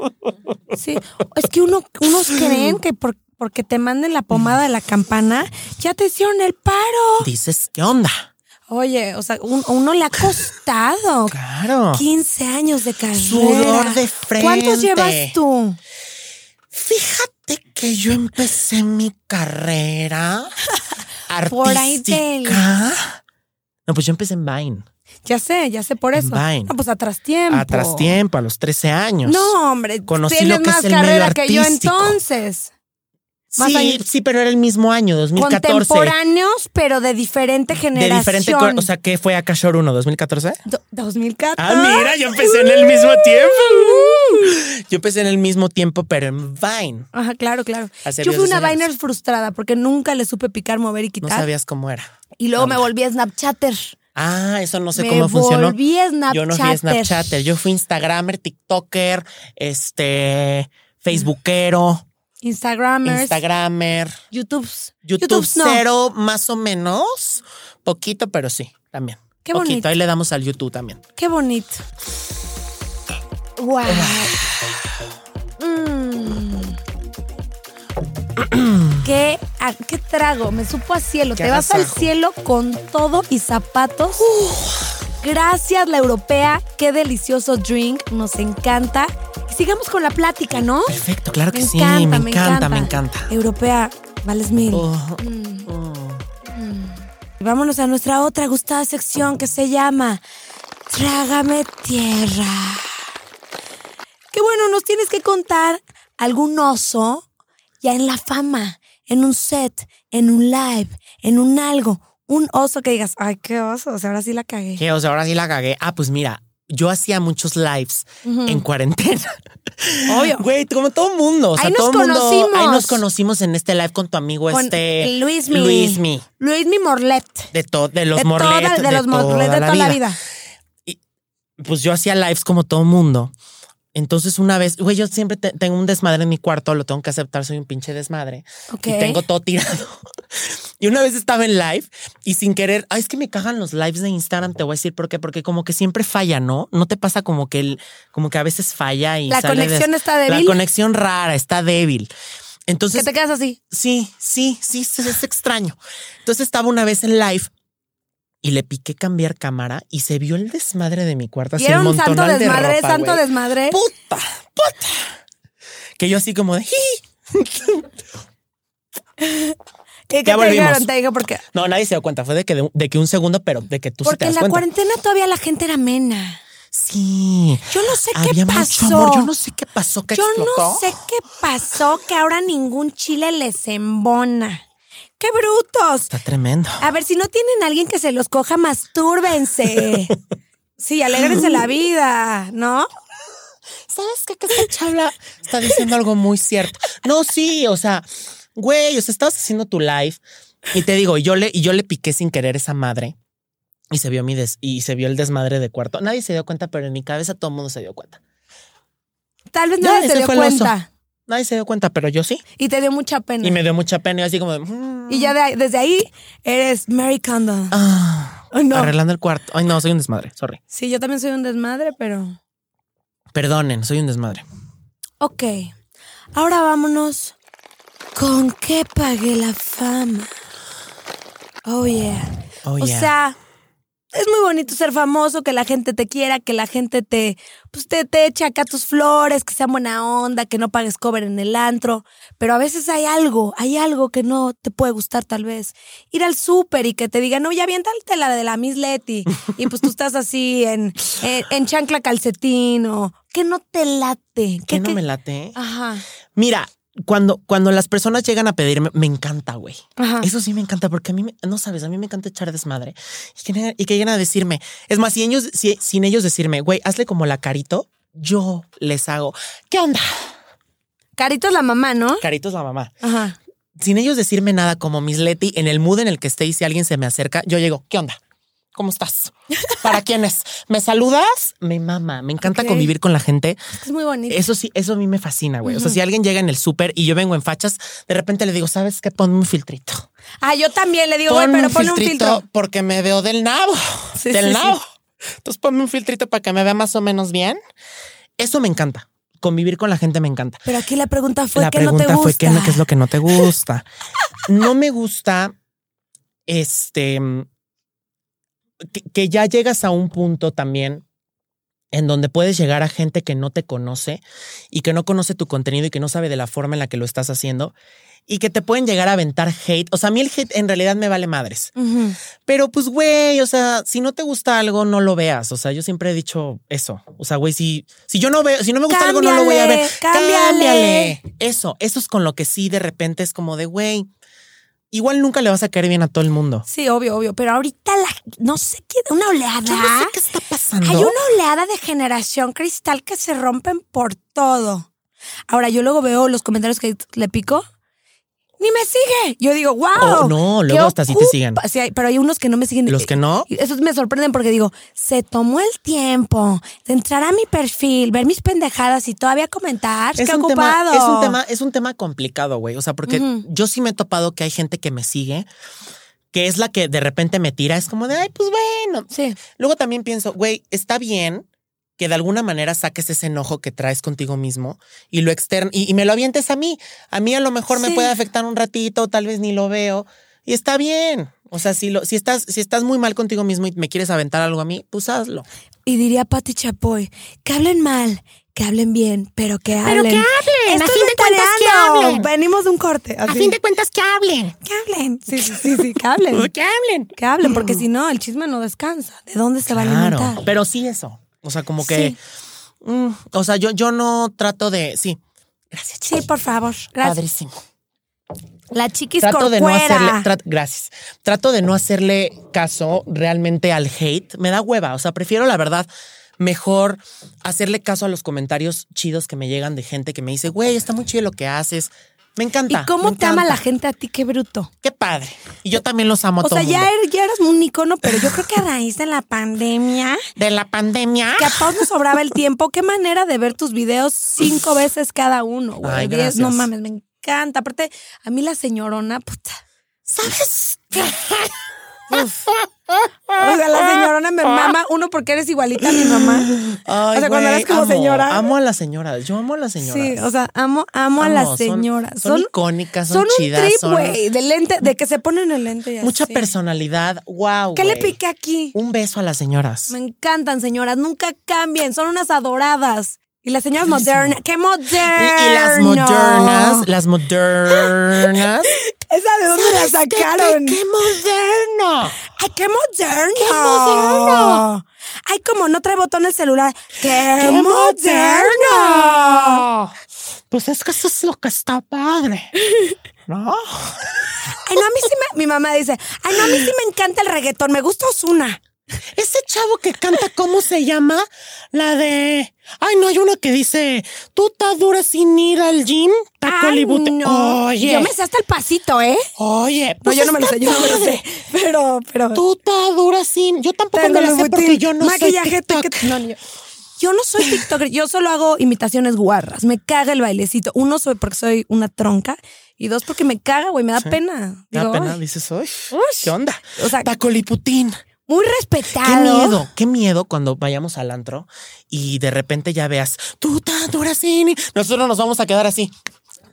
Speaker 1: Sí. Es que uno, unos creen que por- porque te manden la pomada de la campana, ya te hicieron el paro.
Speaker 2: Dices, ¿qué onda?
Speaker 1: Oye, o sea, un- a uno le ha costado
Speaker 2: Claro.
Speaker 1: 15 años de carrera.
Speaker 2: Sudor de frente.
Speaker 1: ¿Cuántos llevas tú?
Speaker 2: Fíjate que yo empecé mi carrera artística.
Speaker 1: Por ahí del-
Speaker 2: No, pues yo empecé en Vine.
Speaker 1: Ya sé, ya sé por eso.
Speaker 2: Vine.
Speaker 1: No, pues atrás tiempo.
Speaker 2: A trastiempo, a los 13 años.
Speaker 1: No, hombre,
Speaker 2: Conocí
Speaker 1: tienes
Speaker 2: lo que es
Speaker 1: más
Speaker 2: el medio
Speaker 1: carrera que yo
Speaker 2: artístico.
Speaker 1: entonces. más
Speaker 2: sí,
Speaker 1: años.
Speaker 2: sí, pero era el mismo año, 2014.
Speaker 1: Contemporáneos, pero de diferente
Speaker 2: De
Speaker 1: generación.
Speaker 2: diferente, cor- o sea, ¿qué fue Akashor 1, 2014?
Speaker 1: Do- 2014.
Speaker 2: Ah, mira, yo empecé en el mismo tiempo. Yo empecé en el mismo tiempo, pero en Vine.
Speaker 1: Ajá, claro, claro.
Speaker 2: Hace
Speaker 1: Yo fui
Speaker 2: diez
Speaker 1: una
Speaker 2: años.
Speaker 1: Viner frustrada porque nunca le supe picar, mover y
Speaker 2: No
Speaker 1: quitar.
Speaker 2: sabías cómo era.
Speaker 1: y luego me volví a Snapchatter.
Speaker 2: Ah, eso no sé
Speaker 1: me
Speaker 2: cómo funcionó.
Speaker 1: volví a Snapchatter.
Speaker 2: Yo no fui Snapchatter, yo fui Instagramer, TikToker, este, Facebookero,
Speaker 1: Instagramers.
Speaker 2: Instagramer,
Speaker 1: YouTubes.
Speaker 2: YouTube,
Speaker 1: YouTubes no.
Speaker 2: cero más o menos, poquito, pero sí, también.
Speaker 1: Qué
Speaker 2: Poquito,
Speaker 1: bonito.
Speaker 2: Ahí le damos al YouTube también.
Speaker 1: Qué bonito. Wow. Mm. Qué a- qué trago, me supo a cielo.
Speaker 2: Qué
Speaker 1: Te vas al
Speaker 2: agasajo.
Speaker 1: cielo con todo y zapatos. Gracias, la europea. Qué delicioso drink. Nos encanta. Y sigamos con la plática, ¿no?
Speaker 2: Perfecto, claro que
Speaker 1: Me
Speaker 2: sí.
Speaker 1: encanta,
Speaker 2: me,
Speaker 1: me
Speaker 2: encanta, me
Speaker 1: encanta.
Speaker 2: encanta.
Speaker 1: Europea, vales mil.
Speaker 2: Oh,
Speaker 1: Mm.
Speaker 2: oh.
Speaker 1: Y vámonos a nuestra otra gustada sección que se llama Trágame Tierra. Que bueno, nos tienes que contar algún oso ya en la fama, en un set, en un live, en un algo. Un oso que digas, ay, qué oso, o sea, ahora sí la cagué.
Speaker 2: Que, o sea, ahora sí la cagué. Ah, pues mira, yo hacía muchos lives
Speaker 1: Ujú.
Speaker 2: en cuarentena.
Speaker 1: Obvio.
Speaker 2: Güey, como todo mundo. O sea,
Speaker 1: Ahí nos
Speaker 2: todo mundo-
Speaker 1: conocimos.
Speaker 2: Ahí nos conocimos en este live con tu amigo
Speaker 1: Con
Speaker 2: este.
Speaker 1: Luismi.
Speaker 2: Luismi.
Speaker 1: Luis Mi Morlet.
Speaker 2: De, to- de los
Speaker 1: de
Speaker 2: Morlet.
Speaker 1: toda, de, los Morlet
Speaker 2: toda
Speaker 1: de toda la vida.
Speaker 2: Pues yo hacía lives como todo mundo. Entonces una vez, güey, yo siempre te- tengo un desmadre en mi cuarto, lo tengo que aceptar, soy un pinche desmadre.
Speaker 1: Ok.
Speaker 2: Y tengo todo tirado. Y una vez estaba en live y sin querer, ay, es que me cagan los lives de Instagram, te voy a decir por qué, porque como que siempre falla, ¿no? No te pasa como que el, como que a veces falla y
Speaker 1: la
Speaker 2: sale des-
Speaker 1: conexión está
Speaker 2: la
Speaker 1: débil.
Speaker 2: conexión rara, está débil.
Speaker 1: que
Speaker 2: Entonces,
Speaker 1: te quedas así.
Speaker 2: sí, sí, sí, sí, es extraño. Entonces estaba una vez en live y le piqué cambiar cámara y se vio el desmadre de mi
Speaker 1: Y
Speaker 2: cuarto. Así
Speaker 1: era
Speaker 2: el
Speaker 1: un santo
Speaker 2: montonal de
Speaker 1: desmadre,
Speaker 2: ropa,
Speaker 1: santo
Speaker 2: güey.
Speaker 1: desmadre.
Speaker 2: Puta, puta. Que yo así como de, "Ji".
Speaker 1: ¿Qué,
Speaker 2: Ya
Speaker 1: te
Speaker 2: volvimos.
Speaker 1: dijeron? Te digo porque,
Speaker 2: no, nadie se dio cuenta. Fue de que, de, que un segundo, pero de que tú sí
Speaker 1: porque
Speaker 2: te
Speaker 1: en
Speaker 2: das
Speaker 1: la
Speaker 2: cuenta.
Speaker 1: cuarentena todavía la gente era amena.
Speaker 2: Sí.
Speaker 1: Yo no sé
Speaker 2: Había
Speaker 1: qué
Speaker 2: mucho
Speaker 1: pasó.
Speaker 2: amor. Yo no sé qué pasó, que
Speaker 1: Yo no
Speaker 2: explotó.
Speaker 1: sé qué pasó que ahora ningún chile les embona. ¡Qué brutos!
Speaker 2: Está tremendo.
Speaker 1: A ver, si no tienen a alguien que se los coja, mastúrbense. Sí, alégrense la vida, ¿no?
Speaker 2: ¿Sabes qué? Que esta chabla está diciendo algo muy cierto. No, sí, o sea, güey, o sea, estabas haciendo tu live y te digo, y yo le, y yo le piqué sin querer esa madre y se vio mi des- y se vio el desmadre de cuarto. Nadie se dio cuenta, pero en mi cabeza todo el mundo se dio cuenta.
Speaker 1: Tal vez
Speaker 2: Ya,
Speaker 1: nadie
Speaker 2: ese
Speaker 1: se dio
Speaker 2: fue el oso.
Speaker 1: cuenta
Speaker 2: Nadie se dio cuenta, pero yo sí.
Speaker 1: y te dio mucha pena.
Speaker 2: Y
Speaker 1: Y,
Speaker 2: me dio mucha pena y así como de, mm,
Speaker 1: ya de ahí- desde ahí eres Mary Condon.
Speaker 2: ah,
Speaker 1: Ay, no.
Speaker 2: arreglando el cuarto. Ay, no, soy un desmadre, sorry.
Speaker 1: Sí, yo también soy un desmadre, pero...
Speaker 2: Perdonen, soy un desmadre.
Speaker 1: Ok, ahora vámonos. ¿Con qué pagué la fama? Oh, yeah.
Speaker 2: Oh,
Speaker 1: o
Speaker 2: yeah.
Speaker 1: sea, es muy bonito ser famoso, que la gente te quiera, que la gente te, pues te, te eche acá tus flores, que sea buena onda, que no pagues cover en el antro. Pero a veces hay algo, hay algo que no te puede gustar tal vez. Ir al súper y que te digan, no, ya aviéntate la de la Miss Leti. Y pues tú estás así en, en, en chancla calcetín o que no te late.
Speaker 2: ¿Qué
Speaker 1: que-
Speaker 2: no
Speaker 1: que-
Speaker 2: me late?
Speaker 1: Ajá.
Speaker 2: Mira, cuando, cuando las personas llegan a pedirme, me encanta, güey.
Speaker 1: Ajá.
Speaker 2: Eso sí me encanta, porque a mí, me- no sabes, a mí me encanta echar desmadre. Y que, lleguen- y que lleguen a decirme, es más, si ellos, si- sin ellos decirme, güey, hazle como la carito, yo les hago, ¿qué onda?
Speaker 1: Carito es la mamá, ¿no?
Speaker 2: Carito es la mamá.
Speaker 1: Ajá.
Speaker 2: Sin ellos decirme nada, como Miss Leti, en el mood en el que esté y si alguien se me acerca, yo llego, ¿qué onda? ¿Cómo estás? ¿Para quién es? ¿Me saludas? Me mama, me encanta
Speaker 1: Ok.
Speaker 2: convivir con la gente.
Speaker 1: Es que es muy bonito.
Speaker 2: Eso sí, eso a mí me fascina, güey. O sea,
Speaker 1: Ujú.
Speaker 2: si alguien llega en el súper y yo vengo en fachas, de repente le digo, ¿sabes qué? Ponme un filtrito.
Speaker 1: Ah, yo también le digo, güey, pero ponle un filtro.
Speaker 2: porque me veo del nabo.
Speaker 1: Sí,
Speaker 2: del
Speaker 1: sí, sí.
Speaker 2: nabo. Entonces ponme un filtrito para que me vea más o menos bien. Eso me encanta. Convivir con la gente me encanta.
Speaker 1: Pero aquí la pregunta fue
Speaker 2: la
Speaker 1: que no te
Speaker 2: pregunta
Speaker 1: gusta.
Speaker 2: fue ¿qué, es lo- qué es lo que no te gusta. no me gusta este que, que ya llegas a un punto también en donde puedes llegar a gente que no te conoce y que no conoce tu contenido y que no sabe de la forma en la que lo estás haciendo y que te pueden llegar a aventar hate. O sea, a mí el hate en realidad me vale madres.
Speaker 1: Ujú.
Speaker 2: Pero pues, güey, o sea, si no te gusta algo, no lo veas. O sea, yo siempre he dicho eso. O sea, güey, si, si yo no veo, si no me gusta algo, no lo voy a ver.
Speaker 1: Cámbiale, cámbiale.
Speaker 2: Eso, eso es con lo que sí de repente es como de, güey, igual nunca le vas a caer bien a todo el mundo.
Speaker 1: Sí, obvio, obvio. Pero ahorita la, no sé qué, una oleada.
Speaker 2: Yo no sé qué está pasando.
Speaker 1: Hay una oleada de generación cristal que se rompen por todo. Ahora, yo luego veo los comentarios que le pico. ¡Ni me sigue! Yo digo, wow.
Speaker 2: Oh, no, luego hasta sí te siguen.
Speaker 1: pero hay unos que no me siguen.
Speaker 2: Los que no,
Speaker 1: Y Esos me sorprenden porque digo, se tomó el tiempo de entrar a mi perfil, ver mis pendejadas y todavía comentar. ¡Qué
Speaker 2: un
Speaker 1: ocupado!
Speaker 2: Tema, es un tema, es un tema complicado, güey. O sea, porque
Speaker 1: Ujú.
Speaker 2: yo sí me he topado que hay gente que me sigue, que es la que de repente me tira. Es como de, ay, pues bueno.
Speaker 1: Sí.
Speaker 2: Luego también pienso, güey, está bien que de alguna manera saques ese enojo que traes contigo mismo y lo externo y, y me lo avientes a mí. A mí a lo mejor me
Speaker 1: Sí.
Speaker 2: puede afectar un ratito, tal vez ni lo veo y está bien. O sea, si, lo, si, estás, si estás muy mal contigo mismo y me quieres aventar algo a mí, pues hazlo.
Speaker 1: Y diría Patti Chapoy, que hablen mal, que hablen bien, pero que hablen.
Speaker 3: que hablen, a
Speaker 1: Esto
Speaker 3: fin
Speaker 1: es
Speaker 3: de cuentas, que
Speaker 1: italiano.
Speaker 3: hablen.
Speaker 1: Venimos de un corte.
Speaker 3: A
Speaker 1: así.
Speaker 3: fin de cuentas, que hablen.
Speaker 1: Que hablen. Sí, sí, sí, sí, que
Speaker 2: Pues
Speaker 1: hablen.
Speaker 3: Que hablen.
Speaker 1: que hablen, porque si no, el chisme no descansa. ¿De dónde se va a alimentar?
Speaker 2: Claro, pero sí eso. O sea, como que... mm, o sea, yo, yo no trato de... Sí, gracias,
Speaker 1: Sí,
Speaker 2: chiqui.
Speaker 1: por favor. Gracias.
Speaker 2: Padrísimo.
Speaker 1: La chiquis
Speaker 2: trato de no
Speaker 1: corcuera.
Speaker 2: hacerle, tra- gracias. Trato de no hacerle caso realmente al hate. Me da hueva. O sea, prefiero la verdad mejor hacerle caso a los comentarios chidos que me llegan de gente que me dice, güey, está muy chido lo que haces. Me encanta.
Speaker 1: ¿Y cómo
Speaker 2: me
Speaker 1: te ama
Speaker 2: encanta.
Speaker 1: la gente a ti? Qué bruto.
Speaker 2: Qué padre. Y yo también los amo a
Speaker 1: O
Speaker 2: todo
Speaker 1: sea,
Speaker 2: el
Speaker 1: ya
Speaker 2: mundo.
Speaker 1: eres, ya eras un icono, pero yo creo que a raíz de la pandemia,
Speaker 2: De la pandemia.
Speaker 1: que a Pau nos sobraba el tiempo, qué manera de ver tus videos cinco veces cada uno, güey.
Speaker 2: Ay,
Speaker 1: Diez,
Speaker 2: gracias.
Speaker 1: no mames, me encanta. Aparte, a mí la señorona, puta.
Speaker 2: ¿Sabes?
Speaker 1: Uf.
Speaker 2: Ah,
Speaker 1: O sea, la señorona me mama, uno porque eres igualita a mi mamá.
Speaker 2: Ay,
Speaker 1: O sea, cuando
Speaker 2: güey,
Speaker 1: eres como
Speaker 2: amo,
Speaker 1: señora.
Speaker 2: Amo a las señoras. Yo amo a las señoras.
Speaker 1: Sí, o sea, amo, amo a
Speaker 2: Amo,
Speaker 1: las
Speaker 2: son-
Speaker 1: señoras.
Speaker 2: Son, icónicas, son,
Speaker 1: son un
Speaker 2: chidas.
Speaker 1: trip,
Speaker 2: son
Speaker 1: güey, de lente, de que se ponen el lente y
Speaker 2: mucha
Speaker 1: así.
Speaker 2: personalidad. Wow.
Speaker 1: ¿Qué le
Speaker 2: güey.
Speaker 1: piqué aquí?
Speaker 2: Un beso a las señoras.
Speaker 1: Me encantan, señoras. Nunca cambien. Son unas adoradas. Y las señoras modernas. ¡Qué
Speaker 2: Y,
Speaker 1: modernas!
Speaker 2: y las modernas, las modernas.
Speaker 1: ¿Esa de dónde la sacaron?
Speaker 2: ¡Qué moderno!
Speaker 1: ¡Ay, qué moderno!
Speaker 2: ¡Qué moderno!
Speaker 1: ¡Ay, como no trae botón el celular! ¡Qué,
Speaker 2: ¡Qué
Speaker 1: moderno!
Speaker 2: moderno! Pues es que eso es lo que está padre. ¿No?
Speaker 1: Ay, no, a mí sí me... Mi mamá dice, ay, no, a mí sí me encanta el reggaetón. Me gusta Osuna.
Speaker 2: Ese chavo que canta, ¿cómo se llama? La de. Ay, no, hay una que dice: Tú te duras sin ir al gym, taco
Speaker 1: Ay,
Speaker 2: libute.
Speaker 1: no.
Speaker 2: Oye,
Speaker 1: Yo me sé hasta el pasito, ¿eh?
Speaker 2: oye.
Speaker 1: No,
Speaker 2: pues
Speaker 1: yo no me lo
Speaker 2: está
Speaker 1: sé, yo no me lo
Speaker 2: padre.
Speaker 1: sé. Pero, pero...
Speaker 2: Tú te duras sin. Yo tampoco
Speaker 1: Tengo
Speaker 2: me la
Speaker 1: los
Speaker 2: sé porque
Speaker 1: botín.
Speaker 2: yo no
Speaker 1: Maquillaje,
Speaker 2: soy TikTok.
Speaker 1: taquet- no, ni yo. Yo no soy TikToker, yo solo hago imitaciones guarras. Me caga el bailecito. Uno, soy porque soy una tronca. Y dos, porque me caga, güey, me da pena.
Speaker 2: Me da
Speaker 1: Digo,
Speaker 2: pena,
Speaker 1: "Ay".
Speaker 2: dices, "Uy, ¿qué onda?
Speaker 1: O sea,
Speaker 2: Tacoliputín.
Speaker 1: muy
Speaker 2: Qué
Speaker 1: respetado.
Speaker 2: miedo, qué miedo cuando vayamos al antro y de repente ya veas, tú tan dura sin-". Nosotros nos vamos a quedar así.